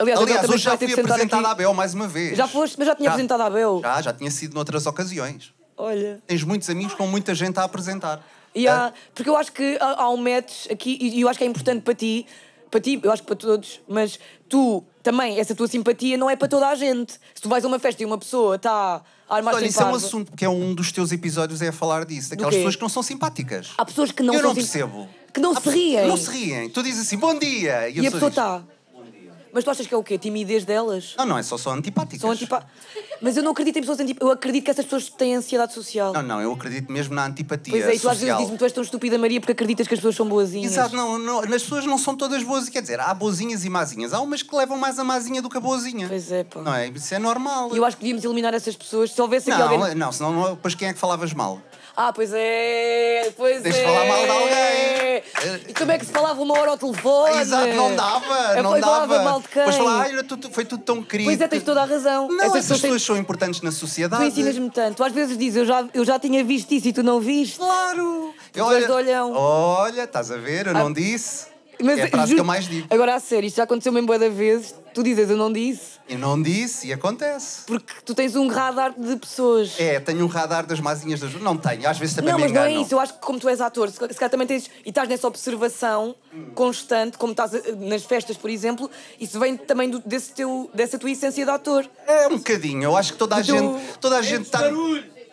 Speaker 3: Aliás, a Bel também
Speaker 2: hoje já
Speaker 3: vai ter
Speaker 2: fui
Speaker 3: de sentar
Speaker 2: apresentada à
Speaker 3: aqui.
Speaker 2: Bel mais uma vez.
Speaker 3: Já foste, mas já tinha apresentado à Bel.
Speaker 2: Já, já tinha sido noutras ocasiões.
Speaker 3: Olha.
Speaker 2: Tens muitos amigos com muita gente a apresentar. Ah,
Speaker 3: E há- porque eu acho que há, há um match aqui, e, e eu acho que é importante para ti, para ti, eu acho que para todos, mas tu também, essa tua simpatia não é para toda a gente. Se tu vais a uma festa e uma pessoa está a armar
Speaker 2: Olha,
Speaker 3: sem
Speaker 2: isso é um
Speaker 3: parvo-
Speaker 2: assunto que é um dos teus episódios é a falar disso, daquelas
Speaker 3: quê?
Speaker 2: pessoas que não são simpáticas.
Speaker 3: Há pessoas que não
Speaker 2: eu
Speaker 3: são
Speaker 2: não
Speaker 3: sim-
Speaker 2: percebo.
Speaker 3: Que não
Speaker 2: Há
Speaker 3: se
Speaker 2: pessoas que
Speaker 3: riem.
Speaker 2: Não se riem. Tu dizes assim, bom dia.
Speaker 3: E a pessoa tá.
Speaker 2: diz,
Speaker 3: está. Mas tu achas que é o quê? Timidez delas?
Speaker 2: Não, não, é só são antipáticas.
Speaker 3: São antipa... Mas eu não acredito em pessoas antipáticas. Eu acredito que essas pessoas têm ansiedade social.
Speaker 2: Não, não, eu acredito mesmo na antipatia
Speaker 3: pois é, e tu
Speaker 2: social.
Speaker 3: às vezes dizes-me tu és tão estúpida, Maria, porque acreditas que as pessoas são boazinhas.
Speaker 2: Exato, não, não, as pessoas não são todas boas, quer dizer, há boazinhas e mazinhas. Há umas que levam mais a mazinha do que a boazinha.
Speaker 3: Pois é, pá.
Speaker 2: Não é? Isso é normal.
Speaker 3: E eu acho que devíamos eliminar essas pessoas. Se houvesse aqui
Speaker 2: não,
Speaker 3: alguém.
Speaker 2: não, senão não- depois quem é que falavas mal?
Speaker 3: Ah, pois é, pois
Speaker 2: Tens
Speaker 3: é.
Speaker 2: de falar mal de alguém.
Speaker 3: E como é que se falava uma hora ao telefone?
Speaker 2: Exato, não dava,
Speaker 3: Eu
Speaker 2: não
Speaker 3: fui-
Speaker 2: dava. é
Speaker 3: falava mal de quem?
Speaker 2: Depois falar, "Ai, era tudo- foi tudo tão querido.
Speaker 3: Pois é, tens toda a razão.
Speaker 2: Não,
Speaker 3: Essas
Speaker 2: essas,
Speaker 3: pessoas têm-
Speaker 2: pessoas são importantes na sociedade.
Speaker 3: Tu ensinas-me tanto. Tu às vezes dizes, eu já, eu já tinha visto isso e tu não viste.
Speaker 2: Claro! Eu,
Speaker 3: és de olhão. Ah,
Speaker 2: olha, estás a ver, eu não disse. é a frase que eu
Speaker 3: juro-
Speaker 2: mais digo.
Speaker 3: Agora, a sério, isto já aconteceu-me em boa da vez. Tu dizes, eu não disse.
Speaker 2: Eu não disse e acontece.
Speaker 3: Porque tu tens um radar de pessoas.
Speaker 2: É, tenho um radar das mazinhas das. Não tenho, às vezes também
Speaker 3: Não,
Speaker 2: me
Speaker 3: mas não
Speaker 2: engano.
Speaker 3: é isso. Eu acho que como tu és ator, se se calhar também tens... E estás nessa observação constante, como estás eh, nas festas, por exemplo, isso vem também do- desse teu, dessa tua essência de ator.
Speaker 2: É um bocadinho, eu acho que toda a
Speaker 3: Do-
Speaker 2: gente. tá Toda a gente está.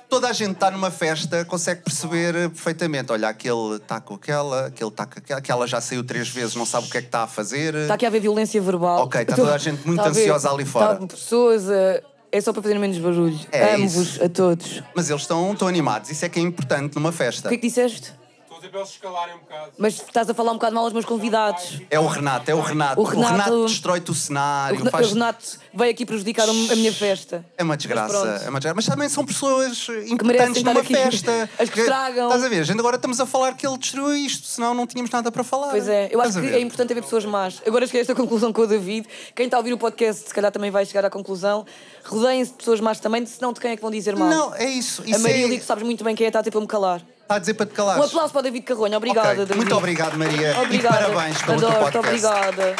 Speaker 8: toda a gente está numa festa, consegue perceber eh, perfeitamente. Olha, aquele
Speaker 2: tá
Speaker 8: está com aquela, aquele está com aquela, aquela já saiu três vezes, não sabe o que é que
Speaker 2: tá
Speaker 8: está a fazer.
Speaker 3: Está aqui a haver violência verbal.
Speaker 8: Ok, está toda a gente muito
Speaker 3: Está a ver-
Speaker 8: ansiosa ali fora.
Speaker 3: Está pessoas a... É só para fazer menos barulho.
Speaker 8: É
Speaker 3: Amo-vos
Speaker 8: isso.
Speaker 3: a todos.
Speaker 8: Mas eles estão, estão animados, isso é que é importante numa
Speaker 3: O
Speaker 8: festa.
Speaker 3: que é que disseste?
Speaker 5: Estou a dizer para eles escalarem um bocado.
Speaker 3: Mas estás a falar um bocado mal aos meus convidados.
Speaker 8: É o Renato, é o Renato.
Speaker 3: O Renato-
Speaker 8: destrói-te o
Speaker 3: O,
Speaker 8: cenário,
Speaker 3: Ren-
Speaker 8: faz...
Speaker 3: o Renato veio aqui prejudicar a minha festa.
Speaker 8: É uma desgraça,
Speaker 3: Mas pronto.
Speaker 8: é uma desgraça. Mas também são pessoas
Speaker 3: merecem
Speaker 8: importantes
Speaker 3: estar
Speaker 8: numa
Speaker 3: aqui.
Speaker 8: festa.
Speaker 3: *laughs* As que estragam.
Speaker 8: Estás a ver? A gente agora estamos a falar que ele destruiu isto, senão não tínhamos nada para falar.
Speaker 3: Pois é, eu
Speaker 8: Estás
Speaker 3: acho
Speaker 8: a
Speaker 3: que
Speaker 8: ver?
Speaker 3: é importante haver pessoas más. Agora cheguei a esta conclusão com o David. Quem está a ouvir o podcast, se calhar também vai chegar à conclusão. Rodeiem-se de pessoas más também, senão de quem é que vão dizer mal?
Speaker 8: Não, é isso.
Speaker 3: a
Speaker 8: Isso é...
Speaker 3: Maria ali, tu sabes muito bem quem é, está a ter para me calar.
Speaker 8: Está a dizer para te calar.
Speaker 3: Um aplauso para o David Carronha. Obrigada, David.
Speaker 8: Muito obrigado, Maria.
Speaker 3: Obrigada.
Speaker 8: E parabéns pelo teu
Speaker 3: Adoro-te,
Speaker 8: podcast.
Speaker 3: obrigada.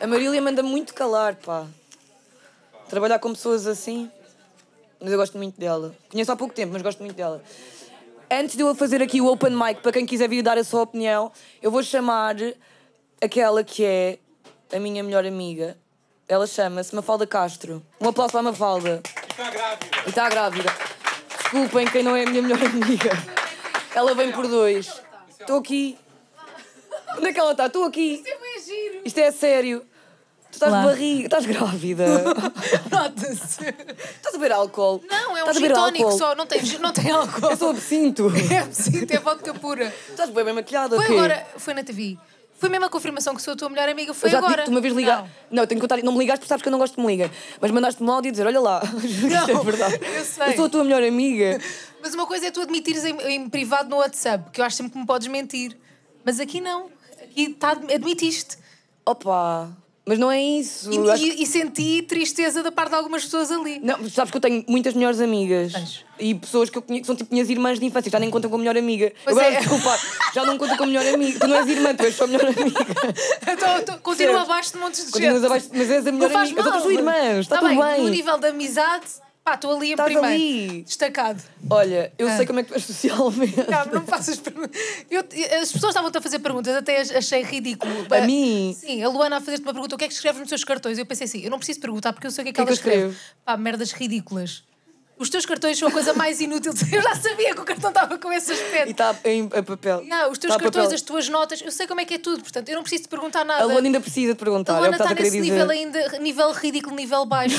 Speaker 3: A Marília manda muito calar, pá. Trabalhar com pessoas assim. Mas eu gosto muito dela. Conheço há pouco tempo, mas gosto muito dela. Antes de eu fazer aqui o open mic, para quem quiser vir dar a sua opinião, eu vou chamar aquela que é a minha melhor amiga. Ela chama-se Mafalda Castro. Um aplauso para a Mafalda.
Speaker 5: Está grávida.
Speaker 3: E está grávida. Desculpem quem não é a minha melhor amiga. Ela vem por dois. Estou aqui. Onde é que ela está? Estou aqui. Isto é sério. Tu estás
Speaker 4: Olá.
Speaker 3: de barriga. Estás grávida.
Speaker 7: Nota-se.
Speaker 3: Estás a beber álcool.
Speaker 7: Não, é
Speaker 3: Estás
Speaker 7: um
Speaker 3: Tá a
Speaker 7: gin
Speaker 3: beber
Speaker 7: tónico
Speaker 3: álcool?
Speaker 7: só, não tem, não tem
Speaker 3: *laughs*
Speaker 7: álcool.
Speaker 3: Eu sou absinto.
Speaker 7: É absinto, é vodka pura.
Speaker 3: Estás bem, bem maquilhada.
Speaker 7: Foi
Speaker 3: o quê?
Speaker 7: agora, foi na TV. Foi mesmo a confirmação que sou a tua melhor amiga, foi
Speaker 3: Eu já te
Speaker 7: agora.
Speaker 3: digo-te uma vez ligar. Não. eu tenho que contar. Não me ligaste porque sabes que eu não gosto que me liguem. Mas mandaste-me um áudio e dizer: Olha lá. *laughs* Isto é
Speaker 7: Não,
Speaker 3: verdade.
Speaker 7: eu sei.
Speaker 3: sou a tua melhor amiga.
Speaker 7: Não. Mas uma coisa é tu admitires em, em privado no WhatsApp, que eu acho sempre que me podes mentir. Mas aqui não. Aqui tá, admitiste.
Speaker 3: Opa. Mas não é isso.
Speaker 7: E,
Speaker 3: Eu acho
Speaker 7: e- e senti tristeza da parte de algumas pessoas ali.
Speaker 3: Não, mas sabes que eu tenho muitas melhores amigas.
Speaker 7: Tens.
Speaker 3: E pessoas que eu conheço, que são tipo minhas irmãs de infância, já nem contam com a melhor amiga.
Speaker 7: Pois
Speaker 3: Agora,
Speaker 7: é.
Speaker 3: desculpa, já não contam com a melhor amiga. Tu não és irmã, tu és só a melhor amiga.
Speaker 7: *laughs* Então, então, continua
Speaker 3: Certo.
Speaker 7: abaixo de montes de
Speaker 3: Continuas
Speaker 7: gente.
Speaker 3: abaixo, mas és a
Speaker 7: Não
Speaker 3: melhor
Speaker 7: faz
Speaker 3: amiga.
Speaker 7: mal. Tá
Speaker 3: As outras são irmãs, está tá tudo bem.
Speaker 7: No nível de amizade, pá, estou ali em
Speaker 3: Estás
Speaker 7: primeiro.
Speaker 3: ali.
Speaker 7: Destacado.
Speaker 3: Olha, eu
Speaker 7: Ah.
Speaker 3: sei como é que tu és socialmente.
Speaker 7: Não, não me faças perguntas. Eu- As pessoas estavam-te a fazer perguntas, até as- achei ridículo.
Speaker 3: A mim?
Speaker 7: Sim, a Luana a fazer-te uma pergunta: o que é que escreves nos teus cartões? Eu pensei assim: eu não preciso perguntar porque eu sei o que é que,
Speaker 3: O que é
Speaker 7: ela
Speaker 3: que eu
Speaker 7: escreve. Pá, merdas ridículas. Os teus cartões são a coisa mais inútil. *laughs* Eu já sabia que o cartão estava com esse
Speaker 3: *laughs* E
Speaker 7: aspecto.
Speaker 3: está em a papel.
Speaker 7: Não, os teus
Speaker 3: Está a
Speaker 7: cartões,
Speaker 3: papel.
Speaker 7: as tuas notas, eu sei como é que é tudo, portanto, eu não preciso te perguntar nada.
Speaker 3: A Luana ainda precisa de
Speaker 7: A
Speaker 3: perguntar, é o
Speaker 7: Luana
Speaker 3: que estás
Speaker 7: está
Speaker 3: a querer
Speaker 7: nesse nível
Speaker 3: dizer.
Speaker 7: ainda, nível ridículo, nível baixo.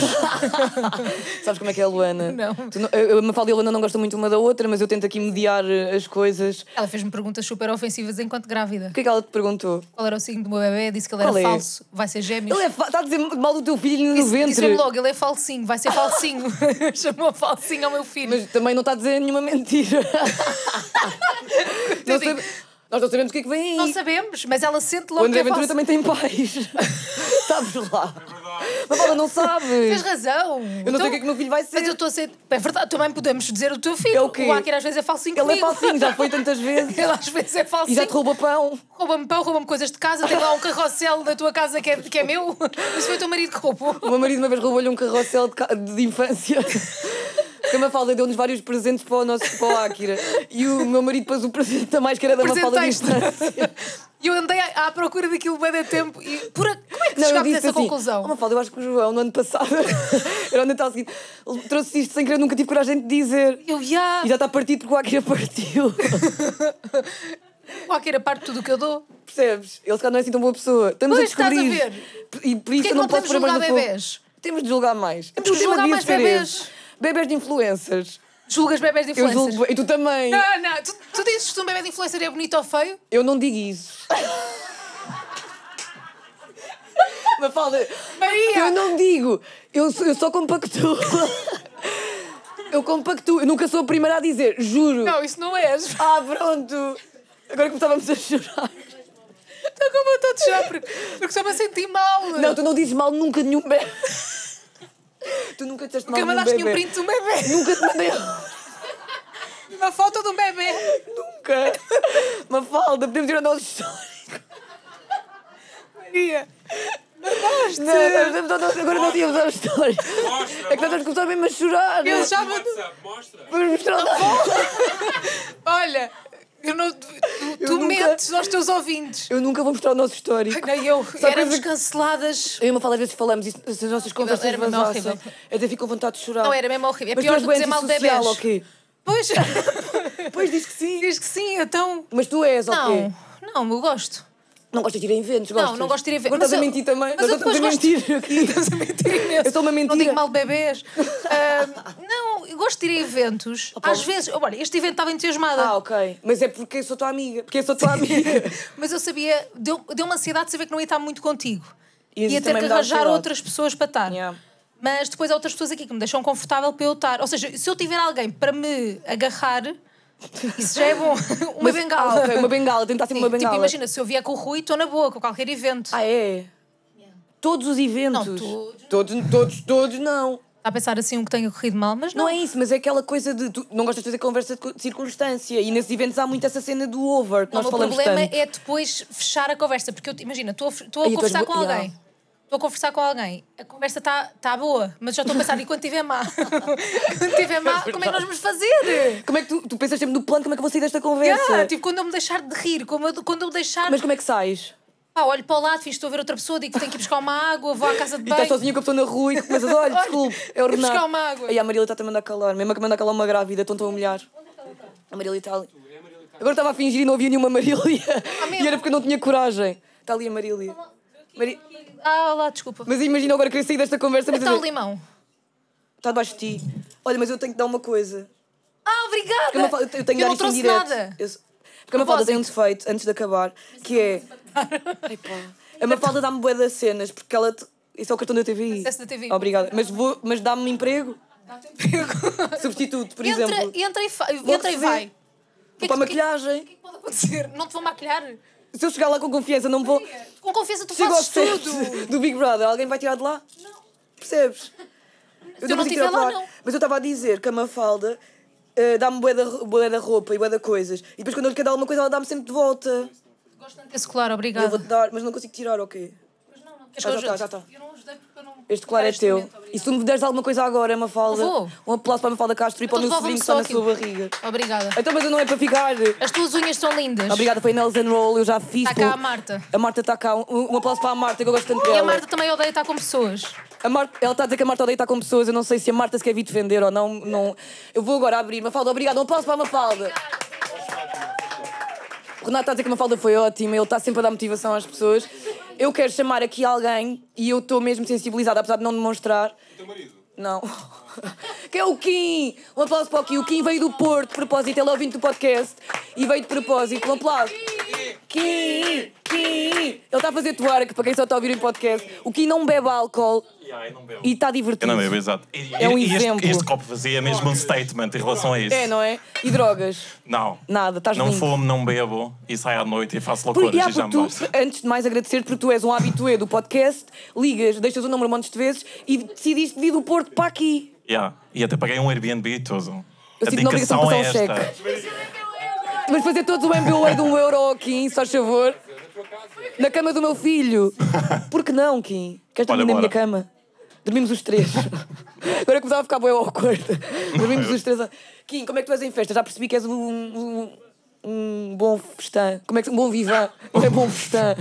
Speaker 3: Sabes como é que é a Luana?
Speaker 7: *laughs* Não.
Speaker 3: Tu não eu- a Mafalda e a Luana não gostam muito uma da outra, mas eu tento aqui mediar eh, as coisas.
Speaker 7: ela fez-me perguntas super ofensivas enquanto grávida.
Speaker 3: O que é que ela te perguntou?
Speaker 7: Qual era o signo do meu bebê? Disse que ele era
Speaker 3: Qual é?
Speaker 7: falso, vai ser gêmeos.
Speaker 3: Ele é fa- está a dizer mal do teu filho no
Speaker 7: Disse-
Speaker 3: ventre.
Speaker 7: Disse-me logo, ele é falsinho, vai
Speaker 3: *laughs*
Speaker 7: ser falsinho. *laughs* Chamou falsinho ao meu filho.
Speaker 3: Mas também não está a dizer nenhuma
Speaker 7: *laughs*
Speaker 3: mentira. Não sabe- Nós não sabemos o que é que vem
Speaker 7: não
Speaker 3: aí.
Speaker 7: sabemos, mas ela sente
Speaker 3: O
Speaker 7: logo que
Speaker 3: André
Speaker 7: é
Speaker 3: Ventura também
Speaker 7: falso.
Speaker 3: tem
Speaker 7: *laughs*
Speaker 3: pais. Sabes lá. Mas ela não sabe.
Speaker 7: Tens razão. Eu não
Speaker 3: sei o que é que o meu filho vai ser.
Speaker 7: Mas eu estou a ser... É verdade, também podemos dizer o teu filho.
Speaker 3: É o quê?
Speaker 7: Akira às vezes é falsinho
Speaker 3: Ele é
Speaker 7: comigo.
Speaker 3: falsinho, já foi
Speaker 7: *laughs*
Speaker 3: tantas vezes.
Speaker 7: Ele às vezes é
Speaker 3: E
Speaker 7: falsinho.
Speaker 3: já te rouba pão.
Speaker 7: Rouba-me pão, rouba-me coisas de casa. Tem lá um carrossel da tua casa que é, que é meu. Isso foi o teu marido que roubou.
Speaker 3: O meu marido uma vez roubou-lhe um carrossel de, ca- de
Speaker 7: *laughs*
Speaker 3: infância. Porque a Mafalda deu-nos vários presentes para o nosso para o Akira. E o meu marido pôs o presente da mais que era da Mafalda de
Speaker 7: Presentaste.
Speaker 3: infância.
Speaker 7: E eu andei à, à procura daquilo bem a tempo. E por a... Como é que
Speaker 3: Não, eu
Speaker 7: chegámos a
Speaker 3: disse
Speaker 7: essa
Speaker 3: assim,
Speaker 7: conclusão?
Speaker 3: "Oh, Mafalda, eu acho que o João, no ano passado, *laughs* era o Natal seguinte, trouxe isto sem querer, nunca tive coragem de dizer.
Speaker 7: Eu, já,
Speaker 3: E já está partido porque o Akira partiu. *laughs*
Speaker 7: o Akira parte tudo o que eu dou.
Speaker 3: Percebes? Ele se calhar não é assim tão boa pessoa. Estamos
Speaker 7: Pois,
Speaker 3: a
Speaker 7: estás a
Speaker 3: descobrir.
Speaker 7: ver.
Speaker 3: E por isso
Speaker 7: Porquê
Speaker 3: eu
Speaker 7: que
Speaker 3: não,
Speaker 7: não
Speaker 3: posso
Speaker 7: podemos
Speaker 3: pôr a
Speaker 7: julgar
Speaker 3: mais no fogo.
Speaker 7: bebés?
Speaker 3: Temos de julgar mais. É Temos
Speaker 7: de julgar mais bebés.
Speaker 3: Bebés de influencers.
Speaker 7: Julgas bebés de
Speaker 3: Eu
Speaker 7: influencer.
Speaker 3: julgo. E tu também.
Speaker 7: Não, não, tu, tu dizes que um bebê de influencer é bonito ou feio?
Speaker 3: Eu não digo
Speaker 7: *laughs*
Speaker 3: isso. Mafalda,
Speaker 7: Maria!
Speaker 3: eu não digo. Eu, sou- eu só compactuo. eu compactuo. Eu nunca sou a primeira a dizer, juro.
Speaker 7: Não, isso não és. *laughs*
Speaker 3: Ah, pronto. Agora começávamos a chorar.
Speaker 7: Então como eu estou a chorar porque, porque só me senti mal.
Speaker 3: Não, tu não dizes mal nunca de nenhum bebê. Tu nunca disseste mal
Speaker 7: Nunca
Speaker 3: de nenhum
Speaker 7: mandaste
Speaker 3: é bebê.
Speaker 7: nenhum print de um bebê.
Speaker 3: Nunca te mandei.
Speaker 7: Uma foto de um bebê.
Speaker 3: Nunca. Uma falda, podemos ir ao nosso histórico.
Speaker 7: Maria!
Speaker 3: Não, nós podemos ao nosso- agora não íamos ao histórico.
Speaker 5: Mostra,
Speaker 3: É que nós vamos começar mesmo a chorar.
Speaker 7: Ele já mandou.
Speaker 5: WhatsApp, mostra.
Speaker 3: Vamos mostrar o nosso-
Speaker 7: Olha, Eu não, tu
Speaker 3: Eu
Speaker 7: tu
Speaker 3: nunca-
Speaker 7: mentes aos teus ouvintes.
Speaker 3: Eu nunca vou mostrar o nosso histórico.
Speaker 7: Não, eu.
Speaker 3: Só
Speaker 7: éramos
Speaker 3: coisa que-
Speaker 7: canceladas.
Speaker 3: Eu e uma fala às vezes falamos isso se as nossas conversas
Speaker 7: era mesmo
Speaker 3: vazassem.
Speaker 7: horrível.
Speaker 3: Até fico com vontade de chorar.
Speaker 7: Não, era mesmo horrível. É
Speaker 3: Mas tu
Speaker 7: pior
Speaker 3: és
Speaker 7: do que dizer
Speaker 3: doente
Speaker 7: mal de
Speaker 3: social,
Speaker 7: bebés. *laughs*
Speaker 3: ok?
Speaker 7: Pois.
Speaker 3: Pois diz que sim.
Speaker 7: Diz que sim, então.
Speaker 3: Mas tu és, ok?
Speaker 7: Não, não, eu gosto.
Speaker 3: Não gostas de ir a eventos,
Speaker 7: Não,
Speaker 3: gostas?
Speaker 7: não gosto de ir a eventos.
Speaker 3: Agora
Speaker 7: Mas
Speaker 3: estás a
Speaker 7: eu-
Speaker 3: mentir também.
Speaker 7: mas eu
Speaker 3: Nós estamos a
Speaker 7: depois gosto-
Speaker 3: mentir *laughs* aqui.
Speaker 7: Estamos a mentir imenso.
Speaker 3: Eu sou uma
Speaker 7: Não
Speaker 3: mentira.
Speaker 7: digo mal de
Speaker 3: *laughs*
Speaker 7: bebês. Ah, não, eu gosto de ir a eventos. Às vezes, olha, este evento estava entusiasmada.
Speaker 3: Ah, ok. Mas é porque eu sou tua amiga. Porque eu sou tua
Speaker 7: *laughs*
Speaker 3: amiga.
Speaker 7: Mas eu sabia, deu- deu-me ansiedade de saber que não ia estar muito contigo.
Speaker 3: E isso
Speaker 7: ia ter
Speaker 3: também
Speaker 7: que
Speaker 3: me dá
Speaker 7: arranjar
Speaker 3: ansiedade.
Speaker 7: outras pessoas para estar.
Speaker 3: Yeah.
Speaker 7: Mas depois há outras pessoas aqui que me deixam confortável para eu estar. Ou seja, se eu tiver alguém para me agarrar, isso já
Speaker 3: *laughs*
Speaker 7: é bom. uma
Speaker 3: Mas-
Speaker 7: bengala.
Speaker 3: Ah, ok, uma bengala. Tentar ser
Speaker 7: Sim,
Speaker 3: uma bengala.
Speaker 7: Tipo, imagina, se eu vier com o Rui, estou na boa, com qualquer evento.
Speaker 3: Ah, é? Todos os eventos.
Speaker 7: Não, todos.
Speaker 3: Todos, todos, todos não.
Speaker 7: Está a pensar assim um que tenha corrido mal, mas não.
Speaker 3: Não. é isso, mas é aquela coisa de tu não gostas de fazer conversa de co- de circunstância e nesses eventos há muito essa cena do over que
Speaker 7: Não,
Speaker 3: nós
Speaker 7: o meu
Speaker 3: falamos
Speaker 7: problema
Speaker 3: tanto.
Speaker 7: é depois fechar a conversa, porque eu, te- imagina, estou a f- estou a
Speaker 3: Aí tu
Speaker 7: conversar
Speaker 3: és
Speaker 7: com
Speaker 3: bo-
Speaker 7: alguém.
Speaker 3: Yeah.
Speaker 7: Estou a conversar com alguém, a conversa está tá boa, mas já estou a pensar, e quando tiver má? *laughs* quando tiver má, como é que nós vamos fazer?
Speaker 3: Como é que tu, tu pensas sempre no plano, como é que eu vou sair desta conversa?
Speaker 7: Yeah, tipo, quando eu me deixar de rir, como eu- quando eu deixar.
Speaker 3: Mas como é que sais?
Speaker 7: Pá, olho para o lado, fiz, estou a ver outra pessoa, digo que tenho que ir buscar uma água, vou à casa de
Speaker 3: E tá estás
Speaker 7: banho.
Speaker 3: sozinha com a pessoa na rua e tu
Speaker 7: *laughs*
Speaker 3: começas, olha, desculpe, é o
Speaker 7: fui
Speaker 3: Renato.
Speaker 7: buscar uma água.
Speaker 3: Aí a Marília está-te a mandar calar, mesmo que mandar calar uma grávida, estão-te a humilhar. A Marília está ali. Agora estava a fingir e não havia nenhuma Marília.
Speaker 7: Ah, mesmo?
Speaker 3: e era porque eu não tinha coragem. Está ali a Marília. Mari-
Speaker 7: Ah, olá, desculpa.
Speaker 3: Mas imagina agora querer sair desta conversa. mas
Speaker 7: Está o
Speaker 3: dizer,
Speaker 7: limão.
Speaker 3: Está debaixo Tá, de ti. Olha, mas eu tenho que dar uma coisa.
Speaker 7: Ah, obrigada!
Speaker 3: Porque a Mafalda, eu tenho que
Speaker 7: Eu
Speaker 3: dar isto
Speaker 7: não
Speaker 3: em
Speaker 7: trouxe
Speaker 3: direto.
Speaker 7: nada.
Speaker 3: Eu sou- porque a Mafalda tem um defeito, antes de acabar, que é. *laughs* Ai, pá. A Mafalda dá-me bué das cenas, porque ela. te- Isso é o cartão da TVI.
Speaker 7: Acesso da TVI.
Speaker 3: Obrigada. Mas, vou... mas dá-me um emprego. Substituto, por
Speaker 7: um entra,
Speaker 3: exemplo.
Speaker 7: entra e, fa-
Speaker 3: Vou
Speaker 7: entra e
Speaker 3: receber.
Speaker 7: vai. O que é
Speaker 3: Vou para a
Speaker 7: que- o que é
Speaker 3: maquilhagem.
Speaker 7: que pode acontecer? Não te vão maquilhar?
Speaker 3: Se eu chegar lá com confiança, não vou.
Speaker 7: Com confiança tu
Speaker 3: Chego ao
Speaker 7: fazes
Speaker 3: set
Speaker 7: tudo.
Speaker 3: do Big Brother, alguém vai tirar de lá? Não. Percebes?
Speaker 7: eu não
Speaker 3: consigo
Speaker 7: tiver
Speaker 3: tirar
Speaker 7: lá,
Speaker 3: de
Speaker 7: não.
Speaker 3: Mas eu estava a dizer que a Mafalda eh, dá-me bué da, bué da roupa e bué da coisas. E depois quando eu lhe quero dar alguma coisa, ela dá-me sempre de volta.
Speaker 7: Gosto tanto desse colar,
Speaker 3: E Eu
Speaker 7: obrigada.
Speaker 3: vou-te dar, mas não consigo tirar, ok?
Speaker 7: Queres
Speaker 3: Já
Speaker 7: que eu
Speaker 3: está,
Speaker 7: ajude?
Speaker 3: já está.
Speaker 7: Eu não ajudei porque eu não.
Speaker 3: Este claro é
Speaker 7: Este
Speaker 3: teu.
Speaker 7: momento,
Speaker 3: E se tu me deres alguma coisa agora, Mafalda,
Speaker 7: Vou.
Speaker 3: um aplauso para a Mafalda Castro e para o meu
Speaker 7: Então
Speaker 3: sobrinho
Speaker 7: devolve-me
Speaker 3: que está na
Speaker 7: só
Speaker 3: sua
Speaker 7: aquilo.
Speaker 3: barriga.
Speaker 7: Obrigada.
Speaker 3: Então, mas eu não é para ficar.
Speaker 7: As tuas unhas são lindas.
Speaker 3: Obrigada, foi Nails and Roll, eu já fiz.
Speaker 7: Está Tá cá
Speaker 3: pô.
Speaker 7: a Marta.
Speaker 3: A Marta está cá. Um, um aplauso para a Marta, que eu gosto tanto
Speaker 7: E
Speaker 3: dela.
Speaker 7: a Marta também odeia estar com pessoas.
Speaker 3: A Marta- ela está a dizer que a Marta odeia estar com pessoas, eu não sei se a Marta se quer vir defender ou não. não. Eu vou agora abrir. Mafalda, obrigada. Um aplauso para a Mafalda. O Renato está a dizer que a Mafalda foi ótima, ele está sempre a dar motivação às pessoas. Eu quero chamar aqui alguém e eu estou mesmo sensibilizada, apesar de não demonstrar.
Speaker 5: teu marido.
Speaker 3: Não. *laughs* Que é o Kim! Um aplauso para o Kim. O Kim veio do Porto, de propósito, ele é ouvinte do podcast e veio de propósito. Um aplauso. Kim! Kim! Ele está a fazer tuarca, para quem só está a ouvir em podcast. O Kim não bebe álcool e está divertido.
Speaker 9: Eu não bebo, exato. E-
Speaker 3: É um
Speaker 9: e este,
Speaker 3: exemplo.
Speaker 9: Este copo vazio é mesmo um statement em relação a isso.
Speaker 3: É, não é? E drogas?
Speaker 9: *laughs* Não.
Speaker 3: Nada, estás
Speaker 9: Não
Speaker 3: limpo.
Speaker 9: fumo, não bebo e saio à noite e faço
Speaker 3: Por,
Speaker 9: loucuras
Speaker 3: e há
Speaker 9: e já
Speaker 3: porque
Speaker 9: me
Speaker 3: tu,
Speaker 9: basta.
Speaker 3: antes de mais agradecer-te, porque tu és um habitué do podcast, ligas, deixas o número montes de vezes e decidiste vir do Porto para aqui.
Speaker 9: Yeah. E até paguei um Airbnb e tudo.
Speaker 3: Eu
Speaker 9: a
Speaker 3: sinto-me na obrigação de
Speaker 9: dedicação é
Speaker 3: passar um
Speaker 9: esta.
Speaker 3: Mas fazer todos o MBA de um euro ao Kim, se faz favor. Na cama do meu filho. Por que não, Kim? Queres dormir
Speaker 9: Olha,
Speaker 3: na minha
Speaker 9: bora.
Speaker 3: cama? Dormimos os três. Agora começava a ficar bem awkward. Dormimos os três. a- Kim, como é que tu és em festa? Já percebi que és um, um, um bom festã. Como é que um bom vivan? Não é bom festã.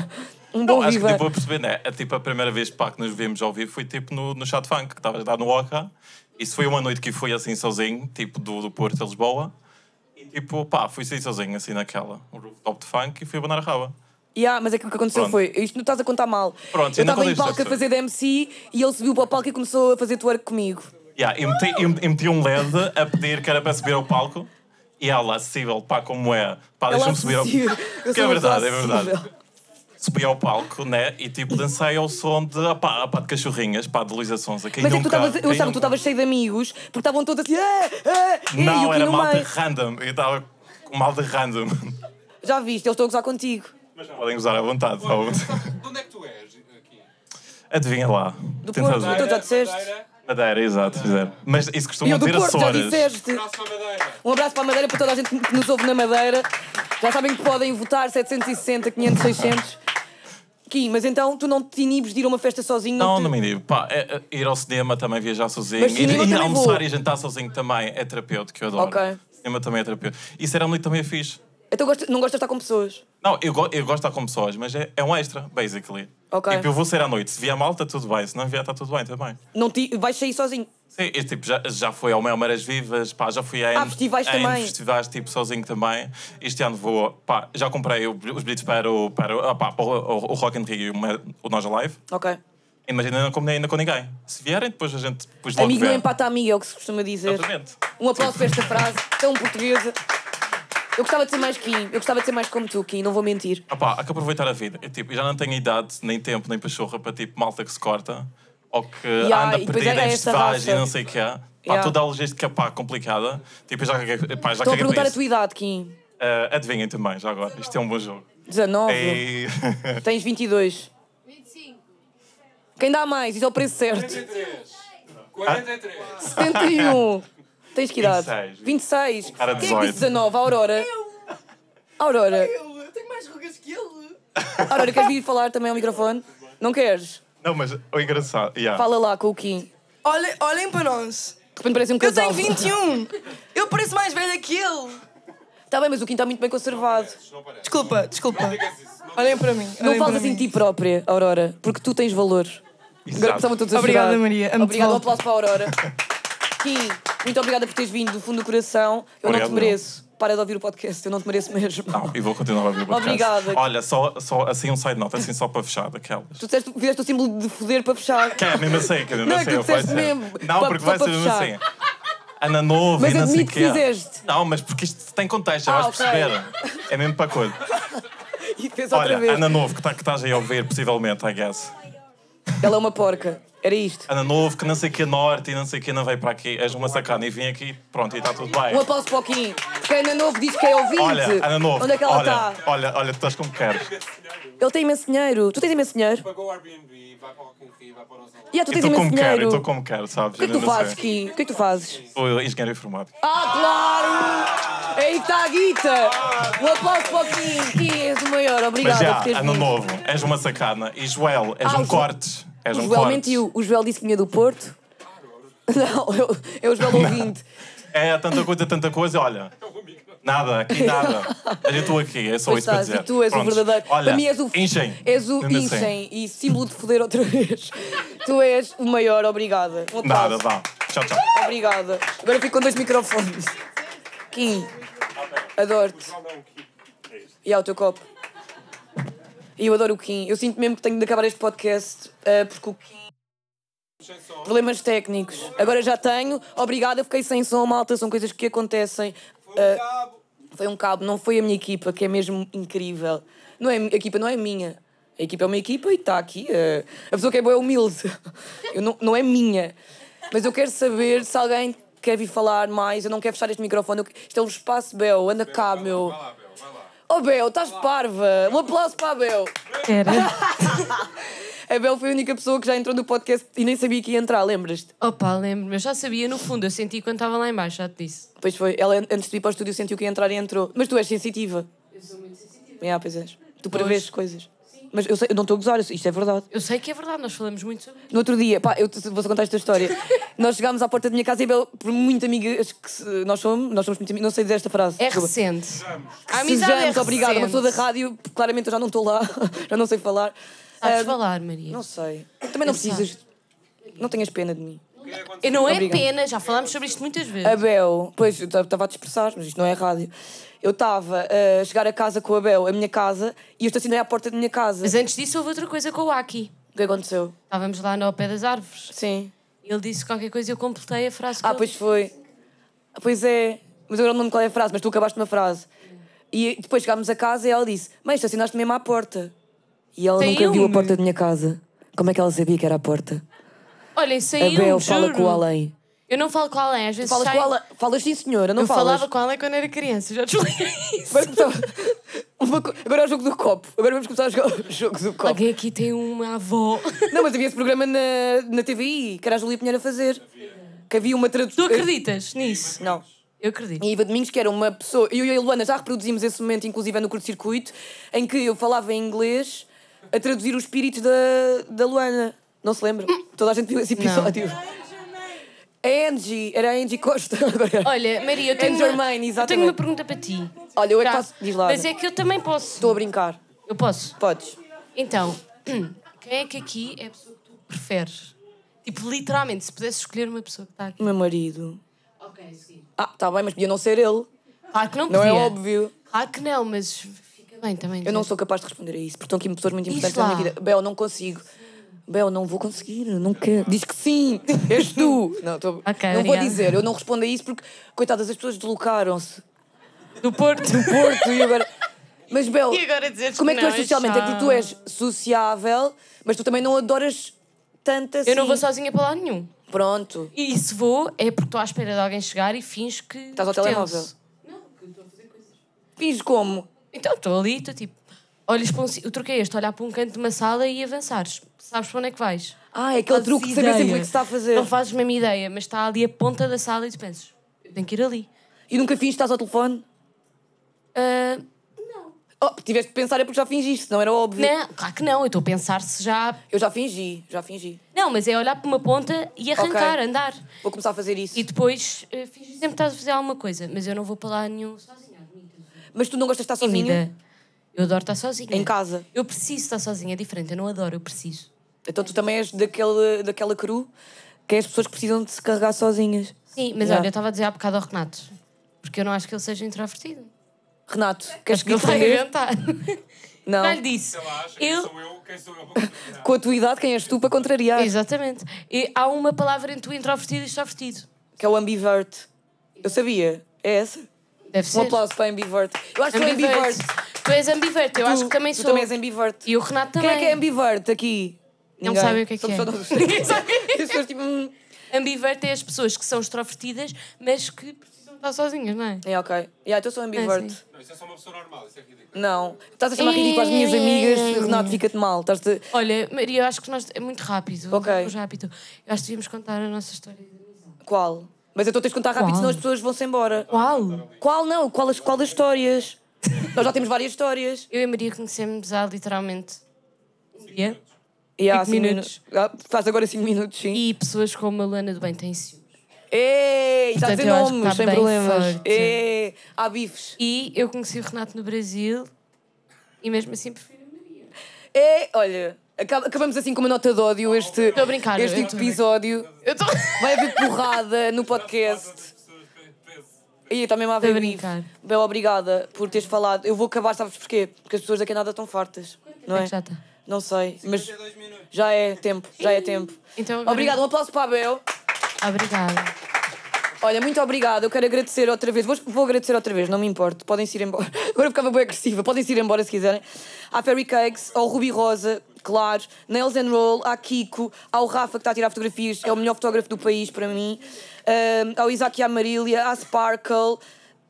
Speaker 3: Um bom
Speaker 9: Não, acho que
Speaker 3: vivan.
Speaker 9: tipo, a perceber, né? É, tipo, a primeira vez pá, que nos vimos ao vivo foi tipo no, no Chat Funk, que estavas lá no Oca. Isso foi uma noite que fui assim sozinho, tipo do, do Porto a Lisboa. E tipo, pá, fui sair sozinho assim naquela, um rooftop de funk e fui abanar a raba.
Speaker 3: Yeah, mas é que o que aconteceu
Speaker 9: Pronto.
Speaker 3: foi, isto não estás a contar mal.
Speaker 9: Pronto,
Speaker 3: eu
Speaker 9: eu não
Speaker 3: estava em
Speaker 9: contei
Speaker 3: palco a
Speaker 9: isto,
Speaker 3: fazer de MC e ele subiu para o palco e começou a fazer twerk comigo.
Speaker 9: Yeah, e, meti, e- e meti um LED a pedir que era para subir ao palco. E ela, acessível, pá, como é? Pá,
Speaker 3: Ela
Speaker 9: deixa-me subir ao *laughs*
Speaker 3: assistiu.
Speaker 9: palco.
Speaker 3: Eu
Speaker 9: Que
Speaker 3: sou
Speaker 9: é
Speaker 3: uma
Speaker 9: verdade, é
Speaker 3: pessoa
Speaker 9: verdade.
Speaker 3: acessível.
Speaker 9: Subi ao palco, né? E tipo, dancei ao som de, ah, pá, ah, pá, de cachorrinhas, pá, de Luísa Sonza. Quem
Speaker 3: Mas é que tu
Speaker 9: nunca,
Speaker 3: estavas, eu
Speaker 9: quem
Speaker 3: achava que tu
Speaker 9: nunca?
Speaker 3: estavas cheio de amigos, porque estavam todos assim, "Eh, eh", eh", e o
Speaker 9: Não,
Speaker 3: Kim
Speaker 9: era
Speaker 3: no
Speaker 9: malta
Speaker 3: meio.
Speaker 9: random. Eu estava com malta random.
Speaker 3: Já viste, eles estão a gozar contigo.
Speaker 9: Mas não podem usar à vontade. à vontade.
Speaker 5: De onde é que tu és aqui?
Speaker 9: Adivinha lá.
Speaker 3: Do
Speaker 9: Tenta
Speaker 3: Porto,
Speaker 9: adivinhar.
Speaker 3: tu já disseste.
Speaker 9: Madeira, exato. exato. Mas isso
Speaker 3: E eu
Speaker 9: costumam
Speaker 3: do
Speaker 9: ter
Speaker 3: Porto, já
Speaker 9: Açores.
Speaker 3: disseste.
Speaker 5: Braço à madeira.
Speaker 3: Um abraço para a Madeira, para toda a gente que nos ouve na Madeira. Já sabem que podem votar 760, 500, 600. Kim, mas então tu não te inibes de ir a uma festa sozinho?
Speaker 9: Não,
Speaker 3: te...
Speaker 9: não me digo. Pá, é- é ir ao cinema também, viajar sozinho.
Speaker 3: tipo Mas cinema
Speaker 9: ir, ir
Speaker 3: também
Speaker 9: almoçar
Speaker 3: vou.
Speaker 9: e jantar sozinho também é terapêutico, eu adoro.
Speaker 3: Ok.
Speaker 9: Cinema também é terapêutico. E Será Noite também é fixe.
Speaker 3: Então gosto- não gosto de estar com pessoas.
Speaker 9: Não, eu, go- eu gosto de estar com pessoas, mas é, é um extra, basically.
Speaker 3: Ok.
Speaker 9: Tipo, eu vou sair à noite. Se vier mal, está tudo bem. Se não vier, está tudo bem também.
Speaker 3: Não ti- vais sair sozinho.
Speaker 9: Sim, eu, tipo, já, já fui ao Mel Maras Vivas, pá, já fui a N-
Speaker 3: Ah, festivais
Speaker 9: a N
Speaker 3: também.
Speaker 9: festivais, tipo, sozinho também. Este ano vou, pá, já comprei o- os bilhetes para o, para, o- ah, pá, para o, o- o Rock in Rio e o, Ma- o Nós Alive.
Speaker 3: Ok.
Speaker 9: Imagina, não combinei ainda com ninguém. Se vierem, depois a gente depois logo
Speaker 3: Amigo
Speaker 9: vê.
Speaker 3: não empata amigo, é o que se costuma dizer.
Speaker 9: Exatamente.
Speaker 3: Um aplauso para esta frase tão portuguesa. Eu gostava de ser mais Kim, eu gostava de ser mais como tu, Kim, não vou mentir.
Speaker 9: Ah, pá, há que aproveitar a vida. Eu, tipo, já não tenho idade, nem tempo, nem pachorra para tipo malta que se corta ou que
Speaker 3: Yeah,
Speaker 9: anda
Speaker 3: e depois
Speaker 9: perdida
Speaker 3: é
Speaker 9: em
Speaker 3: essa
Speaker 9: festivais e
Speaker 3: raça.
Speaker 9: não sei o que é. Pá,
Speaker 3: Yeah.
Speaker 9: toda a logística pá, complicada. Tipo, eu já caguei, pá, já
Speaker 3: Estão a
Speaker 9: caguei para
Speaker 3: perguntar a
Speaker 9: isso.
Speaker 3: tua idade, Kim.
Speaker 9: Ah, adivinhem também, já agora. Isto é um bom jogo.
Speaker 3: 19,
Speaker 9: E... *laughs*
Speaker 3: tens 22. 25. Quem dá mais? Diz ao preço certo.
Speaker 5: 43.
Speaker 3: 71.
Speaker 9: Ah.
Speaker 3: Tens que idade?
Speaker 9: 26.
Speaker 3: 26.
Speaker 9: cara
Speaker 3: Quem é que
Speaker 9: 18.
Speaker 3: disse 19? A Aurora. Aurora.
Speaker 10: Eu tenho mais rugas que ele.
Speaker 3: Aurora, queres vir falar também ao microfone? Não queres?
Speaker 9: Não, mas o engraçado. Yeah.
Speaker 3: Fala lá com o Kim. De
Speaker 10: Olhem, olhem para nós.
Speaker 3: repente parece um
Speaker 10: Eu
Speaker 3: casal.
Speaker 10: tenho 21. Eu pareço mais velha que ele.
Speaker 3: Está Tá bem, mas o Kim está muito bem conservado.
Speaker 10: Desculpa, desculpa. Olhem para mim.
Speaker 3: Não
Speaker 10: olhem
Speaker 3: falas
Speaker 10: para
Speaker 3: em
Speaker 10: mim.
Speaker 3: ti própria, Aurora, porque tu tens valor. Agora começavam todos a
Speaker 10: Obrigada,
Speaker 3: chorar.
Speaker 10: Maria. Amo-te
Speaker 3: Obrigada,
Speaker 10: de
Speaker 3: um
Speaker 10: volta.
Speaker 3: aplauso para
Speaker 9: *laughs*
Speaker 3: a Aurora. Kim, muito obrigada por teres vindo do fundo do coração. Eu não
Speaker 9: Obrigado, Ah.
Speaker 3: te mereço. Para de ouvir o podcast, eu não te mereço mesmo.
Speaker 9: Não, e vou continuar a ouvir o podcast.
Speaker 3: Obrigada.
Speaker 9: Olha, só, só assim um side note, assim só para fechar daquelas.
Speaker 3: Tu disseste, fizeste o símbolo de foder
Speaker 9: *laughs*
Speaker 3: para fechar.
Speaker 9: Que é mesmo assim, que é mesmo
Speaker 3: Não, é
Speaker 9: assim.
Speaker 3: que
Speaker 9: eu vou
Speaker 3: disseste
Speaker 9: dizer.
Speaker 3: mesmo,
Speaker 9: Não,
Speaker 3: pa-
Speaker 9: porque
Speaker 3: só
Speaker 9: vai
Speaker 3: para
Speaker 9: ser mesmo assim.
Speaker 3: fechar.
Speaker 9: Ana Nova
Speaker 3: Mas
Speaker 9: e não sei o
Speaker 3: admito
Speaker 9: que é.
Speaker 3: que fizeste.
Speaker 9: Não, mas porque isto tem contexto, já
Speaker 3: Ah,
Speaker 9: vais
Speaker 3: ok.
Speaker 9: perceber. É mesmo para
Speaker 3: *laughs*
Speaker 9: coisa.
Speaker 3: E fez outra
Speaker 9: Olha,
Speaker 3: vez.
Speaker 9: Ana Novo, que tá- que estás aí a ouvir, possivelmente, I guess.
Speaker 3: Ela é uma porca. Era isto.
Speaker 9: Ana Novo, que não sei o que norte e não sei o que não veio para aqui. És uma sacana e vim aqui, pronto, e está tudo bem.
Speaker 3: Um aplauso para o Kim. Quem não é novo diz que é ouvinte.
Speaker 9: Olha, Ana Novo,
Speaker 3: Onde é que ela
Speaker 9: olha,
Speaker 3: está?
Speaker 9: olha, olha, tu estás como queres.
Speaker 3: Ele tem imenso dinheiro. Tu tens imenso dinheiro?
Speaker 5: Pagou o Airbnb, vai para o Confi, vai para o Nosso
Speaker 3: Yeah, tu
Speaker 9: Eu
Speaker 3: tens
Speaker 9: estou
Speaker 3: imenso
Speaker 9: como quero, eu
Speaker 3: dinheiro.
Speaker 9: estou como quero, sabes?
Speaker 3: O que é que tu
Speaker 9: Eu não sei.
Speaker 3: fazes, Kim? O que é que tu fazes?
Speaker 9: Sou engenheiro informático.
Speaker 3: Ah, claro! Aí está a guita! Um aplauso para o Kim, Kim, és o maior,
Speaker 9: Mas
Speaker 3: obrigada por
Speaker 9: já,
Speaker 3: teres
Speaker 9: ano
Speaker 3: vindo.
Speaker 9: novo, és uma sacana. E Joel, és
Speaker 3: Ah, o
Speaker 9: um
Speaker 3: Jo-
Speaker 9: corte. És
Speaker 3: O
Speaker 9: um
Speaker 3: Joel
Speaker 9: corte.
Speaker 3: mentiu, o Joel disse que vinha do Porto. *laughs* Não, eu- é o Joel ouvinte.
Speaker 9: É tanta coisa, tanta coisa, olha. Nada, aqui nada. Mas eu estou aqui, é só
Speaker 3: Pois
Speaker 9: isso para
Speaker 3: estás,
Speaker 9: dizer.
Speaker 3: e tu és o
Speaker 9: Pronto.
Speaker 3: verdadeiro.
Speaker 9: Olha,
Speaker 3: para mim és o.
Speaker 9: Inchem.
Speaker 3: És o
Speaker 9: Mesmo assim.
Speaker 3: inchem e símbolo de foder outra *laughs* vez. tu és o maior, obrigada. Um
Speaker 9: Nada,
Speaker 3: aplauso.
Speaker 9: vá. Tchau, tchau.
Speaker 3: Obrigada. Agora fico com dois microfones. Kim, adoro-te. E ao teu copo. E eu adoro o Kim. Eu sinto mesmo que tenho de acabar este podcast ah, porque o Kim. Problemas técnicos. Agora já tenho. Obrigada, fiquei sem som, malta. São coisas que acontecem. Ah, foi um cabo, não foi a minha equipa, que é mesmo incrível. Não é, a equipa não é minha. A equipa é uma equipa e está aqui. eh, a pessoa que é boa é humilde. *laughs* Eu não, não é minha. Mas eu quero saber se alguém quer vir falar mais. Eu não quero fechar este microfone. Eu, que- isto é um espaço, Bel. Anda cá, meu. Oh, Bel, estás parva. Um aplauso para a Bel. *laughs* A Bel foi a única pessoa que já entrou no podcast e nem sabia que ia entrar, lembras-te?
Speaker 6: Opa, lembro-me, eu já sabia no fundo, eu senti quando estava lá embaixo, já te disse.
Speaker 3: Pois foi, ela an- antes de ir para o estúdio sentiu que ia entrar e entrou. Mas tu és sensitiva. Eu sou muito sensitiva. Yeah, pois és. Tu prevês coisas. Mas eu, sei, eu não estou a gozar, isto é verdade.
Speaker 6: Eu sei que é verdade, nós falamos muito sobre
Speaker 3: No outro dia, pá, eu te- vou-te contar esta *laughs* história. nós chegámos à porta da minha casa e a Bel, por muito amigas que se- nós somos, nós somos muito amigas, não sei dizer esta frase.
Speaker 1: É
Speaker 3: desculpa.
Speaker 1: recente. A amizade
Speaker 3: Sejamos,
Speaker 1: é recente.
Speaker 3: obrigada. Uma pessoa da rádio, porque claramente eu já não estou lá, *laughs* já não sei falar. Ah,
Speaker 6: Sabes falar, Maria.
Speaker 3: Não sei. Também não precisas. Não tenhas pena de mim.
Speaker 6: E não é
Speaker 3: Obrigado.
Speaker 6: pena, já falámos sobre isto muitas vezes.
Speaker 3: A Bel,
Speaker 6: hum.
Speaker 3: pois, eu estava a dispersar, mas isto não é rádio. Eu estava a chegar a casa com a Bel, a minha casa, e eu estacionei à porta da minha casa.
Speaker 6: Mas é- antes disso houve outra coisa com o Aki.
Speaker 3: O que aconteceu?
Speaker 6: Estávamos lá no pé das árvores.
Speaker 3: Sim.
Speaker 6: Ele disse qualquer coisa e eu completei a frase com
Speaker 3: Ah,
Speaker 6: ele.
Speaker 3: pois foi. Ah, Pois é. Mas eu agora não lembro qual é a frase, mas tu acabaste uma frase. E depois chegámos a casa e ela disse: Mãe, estacionaste mesmo à porta. E ela nunca viu a
Speaker 6: Saiu-me.
Speaker 3: porta da minha casa. Como é que ela sabia que era a porta?
Speaker 6: Olhem,
Speaker 3: A
Speaker 6: saiu
Speaker 3: Bel
Speaker 6: um, juro.
Speaker 3: fala com o além.
Speaker 6: Eu não falo com o Alain, às vezes
Speaker 3: Falas
Speaker 6: saio-
Speaker 3: com o além. Falas sim, senhora, não
Speaker 6: Eu
Speaker 3: falas.
Speaker 6: falava com o Alain quando era criança, já te expliquei isso.
Speaker 3: Vamos começar- Uma co- *laughs* Agora é o jogo do copo. Agora vamos começar a jogar o jogo do copo.
Speaker 6: Alguém aqui tem uma avó.
Speaker 3: Não, mas havia esse programa na, na TVI, que era a Julia Pinheiro a fazer. Que havia
Speaker 6: *laughs*
Speaker 3: uma
Speaker 6: Tu
Speaker 3: tradução.
Speaker 6: acreditas nisso?
Speaker 3: Não.
Speaker 6: Eu acredito.
Speaker 3: E a Iva Domingos, que era uma pessoa. Eu e a Luana já reproduzimos esse momento, inclusive no curto-circuito, em que eu falava em inglês a traduzir os espíritos da, da Luana. Não se lembra? Toda a gente viu esse episódio. A Angie, era a Angie Costa.
Speaker 6: Olha, Maria, eu tenho,
Speaker 3: *laughs* And
Speaker 6: uma,
Speaker 3: your mine,
Speaker 6: eu tenho
Speaker 3: exatamente.
Speaker 6: uma pergunta para ti.
Speaker 3: Olha, eu é que
Speaker 10: Tá.
Speaker 3: posso. Diz lá.
Speaker 10: Mas
Speaker 3: Ana.
Speaker 10: é que eu também posso.
Speaker 3: Estou a brincar.
Speaker 10: Eu posso.
Speaker 3: Podes.
Speaker 10: Então, *clears throat* quem é que aqui é a pessoa que tu preferes? Tipo, literalmente, se pudesses escolher uma pessoa que está aqui.
Speaker 3: Meu marido.
Speaker 10: Ok, sim.
Speaker 3: Ah, tá bem, mas podia não ser ele.
Speaker 10: Claro que não
Speaker 3: Não
Speaker 10: podia.
Speaker 3: é óbvio.
Speaker 10: Claro que não, mas fica bem também.
Speaker 3: Eu não sou capaz de responder a isso, porque estão aqui pessoas muito
Speaker 10: Uhum. Diz
Speaker 3: importantes na minha
Speaker 10: lá.
Speaker 3: vida. Bel, não consigo. Bel, não vou conseguir, não quero. Diz que sim, *laughs* és tu. Não, tô-
Speaker 10: Ok,
Speaker 3: não vou
Speaker 10: obrigada.
Speaker 3: dizer, eu não respondo a isso porque, coitadas, as pessoas deslocaram-se
Speaker 10: Do Porto.
Speaker 3: do Porto e agora. Mas
Speaker 10: *laughs*
Speaker 3: Bel,
Speaker 10: E agora dizes
Speaker 3: como é que tu
Speaker 10: não,
Speaker 3: és socialmente? É porque tu és sociável, mas tu também não adoras tanto
Speaker 10: *laughs*
Speaker 3: assim.
Speaker 10: Eu não vou sozinha para lá nenhum.
Speaker 3: Pronto.
Speaker 10: E se vou, é porque estou à espera de alguém chegar e finjo que.
Speaker 3: Estás ao
Speaker 10: pertenço.
Speaker 3: telemóvel. Fins como?
Speaker 10: Então estou ali, estou tipo. Olhas para um, si- eu troquei este, olhar para um canto de uma sala e avançares. Sabes para onde é que vais?
Speaker 3: Ah, é aquele
Speaker 10: Fazes
Speaker 3: truque de saber sempre o que
Speaker 10: ideia.
Speaker 3: se está a fazer.
Speaker 10: Não fazes a mesma ideia, mas está ali a ponta da sala e tu pensas, eu tenho que ir ali.
Speaker 3: E nunca fins, estás ao telefone?
Speaker 10: Ah,
Speaker 3: Oh, tiveste de pensar é porque já fingiste, não era óbvio.
Speaker 10: não, claro que não, eu estou a pensar se já.
Speaker 3: Eu já fingi, já fingi.
Speaker 10: Não, mas é olhar para uma ponta e arrancar,
Speaker 3: Ok.
Speaker 10: andar.
Speaker 3: Vou começar a fazer isso.
Speaker 10: E depois uh, fingir sempre que estás a fazer alguma coisa, mas eu não vou para lá nenhum sozinha. admito.
Speaker 3: Mas tu não gostas de estar sozinho?
Speaker 10: Tímida. Eu adoro estar sozinha.
Speaker 3: Em casa.
Speaker 10: Eu preciso estar sozinha, é diferente, eu não adoro, eu preciso.
Speaker 3: Então tu também és daquele, daquela cru que é as pessoas que precisam de se carregar sozinhas.
Speaker 10: Sim, mas
Speaker 3: Já.
Speaker 10: olha, então- eu estava a dizer há bocado ao Renato, porque eu não acho que ele seja introvertido.
Speaker 3: Renato, queres que
Speaker 10: Ele está a
Speaker 3: responder?
Speaker 10: inventar.
Speaker 3: *laughs* Não.
Speaker 10: Já lhe disse. Ele...
Speaker 5: Sou um eu, quem sou eu? para contrariar?
Speaker 3: Com a tua idade, quem és tu para contrariar?
Speaker 10: Exatamente. E há uma palavra entre o introvertido e o extrovertido.
Speaker 3: Que é o ambivert. Eu sabia. É essa?
Speaker 10: Deve
Speaker 3: Um
Speaker 10: ser.
Speaker 3: aplauso para ambivert. Eu acho que é ambivert.
Speaker 10: Tu és ambiverte, eu acho que também
Speaker 3: tu
Speaker 10: sou.
Speaker 3: também és ambivert.
Speaker 10: E o Renato
Speaker 3: Quem
Speaker 10: também.
Speaker 3: é que é ambivert aqui?
Speaker 10: Não
Speaker 3: Ninguém.
Speaker 10: sabem o que é que
Speaker 3: Somos
Speaker 10: é.
Speaker 3: só nós *laughs*
Speaker 10: *laughs*
Speaker 3: os três. As pessoas tipo... hum.
Speaker 10: Ambiverte é as pessoas que são extrovertidas, mas que precisam estar sozinhas, não é?
Speaker 3: É, ok. Yeah, então eu sou ambivert.
Speaker 10: É, sim.
Speaker 5: Não, isso é só uma pessoa normal, isso é ridículo.
Speaker 3: Não. Estás a chamar ridículo às
Speaker 10: Eh.
Speaker 3: minhas amigas, Renato, fica-te mal. Estás-te...
Speaker 10: Olha, Maria, eu acho que nós. É muito rápido.
Speaker 3: Ok.
Speaker 10: vamos rápido. Eu acho que devíamos contar a nossa história.
Speaker 3: Qual? Mas então tens de contar rápido,
Speaker 10: Qual?
Speaker 3: senão as pessoas vão-se embora.
Speaker 10: Qual?
Speaker 3: Qual não? Qual as, qual
Speaker 10: *laughs*
Speaker 3: das histórias? Nós já temos várias histórias.
Speaker 10: Eu e a Maria conhecemos há literalmente um dia.
Speaker 3: E há
Speaker 10: Cinco
Speaker 3: cinco
Speaker 10: minutos.
Speaker 3: minu- Ah, faz agora 5 minutos, sim.
Speaker 10: E pessoas como a Luana do Bem têm ciúmes.
Speaker 3: Ei, está a
Speaker 10: Portanto,
Speaker 3: dizer
Speaker 10: eu acho que
Speaker 3: nomes,
Speaker 10: está
Speaker 3: sem
Speaker 10: bem
Speaker 3: problemas.
Speaker 10: forte.
Speaker 3: Ei, há bifes.
Speaker 10: E eu conheci o Renato no Brasil e mesmo assim prefiro.
Speaker 3: Ei, olha, acab- acabamos assim com uma nota de ódio este,
Speaker 10: Estou a brincar,
Speaker 3: este tipo
Speaker 10: eu-
Speaker 3: episódio.
Speaker 10: Eu estou
Speaker 3: Vai haver porrada no podcast. E está mesmo a
Speaker 10: a
Speaker 3: haver bife.
Speaker 10: brincar.
Speaker 3: Bel, obrigada por teres falado. Eu vou acabar, sabes porquê? Porque as pessoas daqui a nada estão fartas. Não é?
Speaker 10: Já está.
Speaker 3: Não sei, mas já é tempo, já é tempo.
Speaker 10: *laughs* Então agora-
Speaker 3: Obrigada, um aplauso para a Bel.
Speaker 10: Obrigada.
Speaker 3: Olha, muito obrigada. Eu quero agradecer outra vez. Vou, vou agradecer outra vez, não me importo. Podem-se ir embora. *laughs* Agora eu ficava bem agressiva. Podem-se ir embora se quiserem. À Fairy Cakes, ao Ruby Rosa, claro. Nails and Roll, à Kiko, ao Rafa que está a tirar fotografias. É o melhor fotógrafo do país para mim. Ahm, ao Isaac e à Marília, à Sparkle,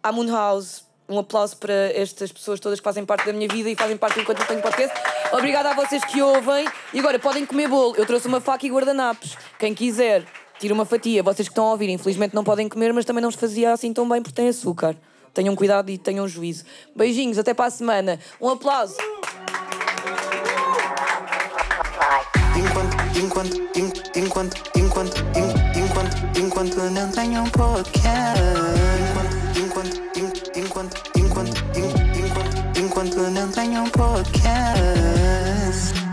Speaker 3: à Moonhouse. Um aplauso para estas pessoas todas que fazem parte da minha vida e fazem parte do enquanto eu tenho podcast. Obrigada a vocês que ouvem. E agora podem comer bolo. Eu trouxe uma faca e guardanapos. Quem quiser. Tira uma fatia. Vocês que estão a ouvir, infelizmente não podem comer, mas também não os fazia assim tão bem porque tem açúcar. Tenham cuidado e tenham juízo. Beijinhos, até para a semana. Um aplauso.
Speaker 11: Enquanto, enquanto, en- enquanto, enquanto, en- enquanto, enquanto eu não tenho um podcast. Enquanto, enquanto, en- enquanto, enquanto, en- enquanto, enquanto eu não tenho um podcast.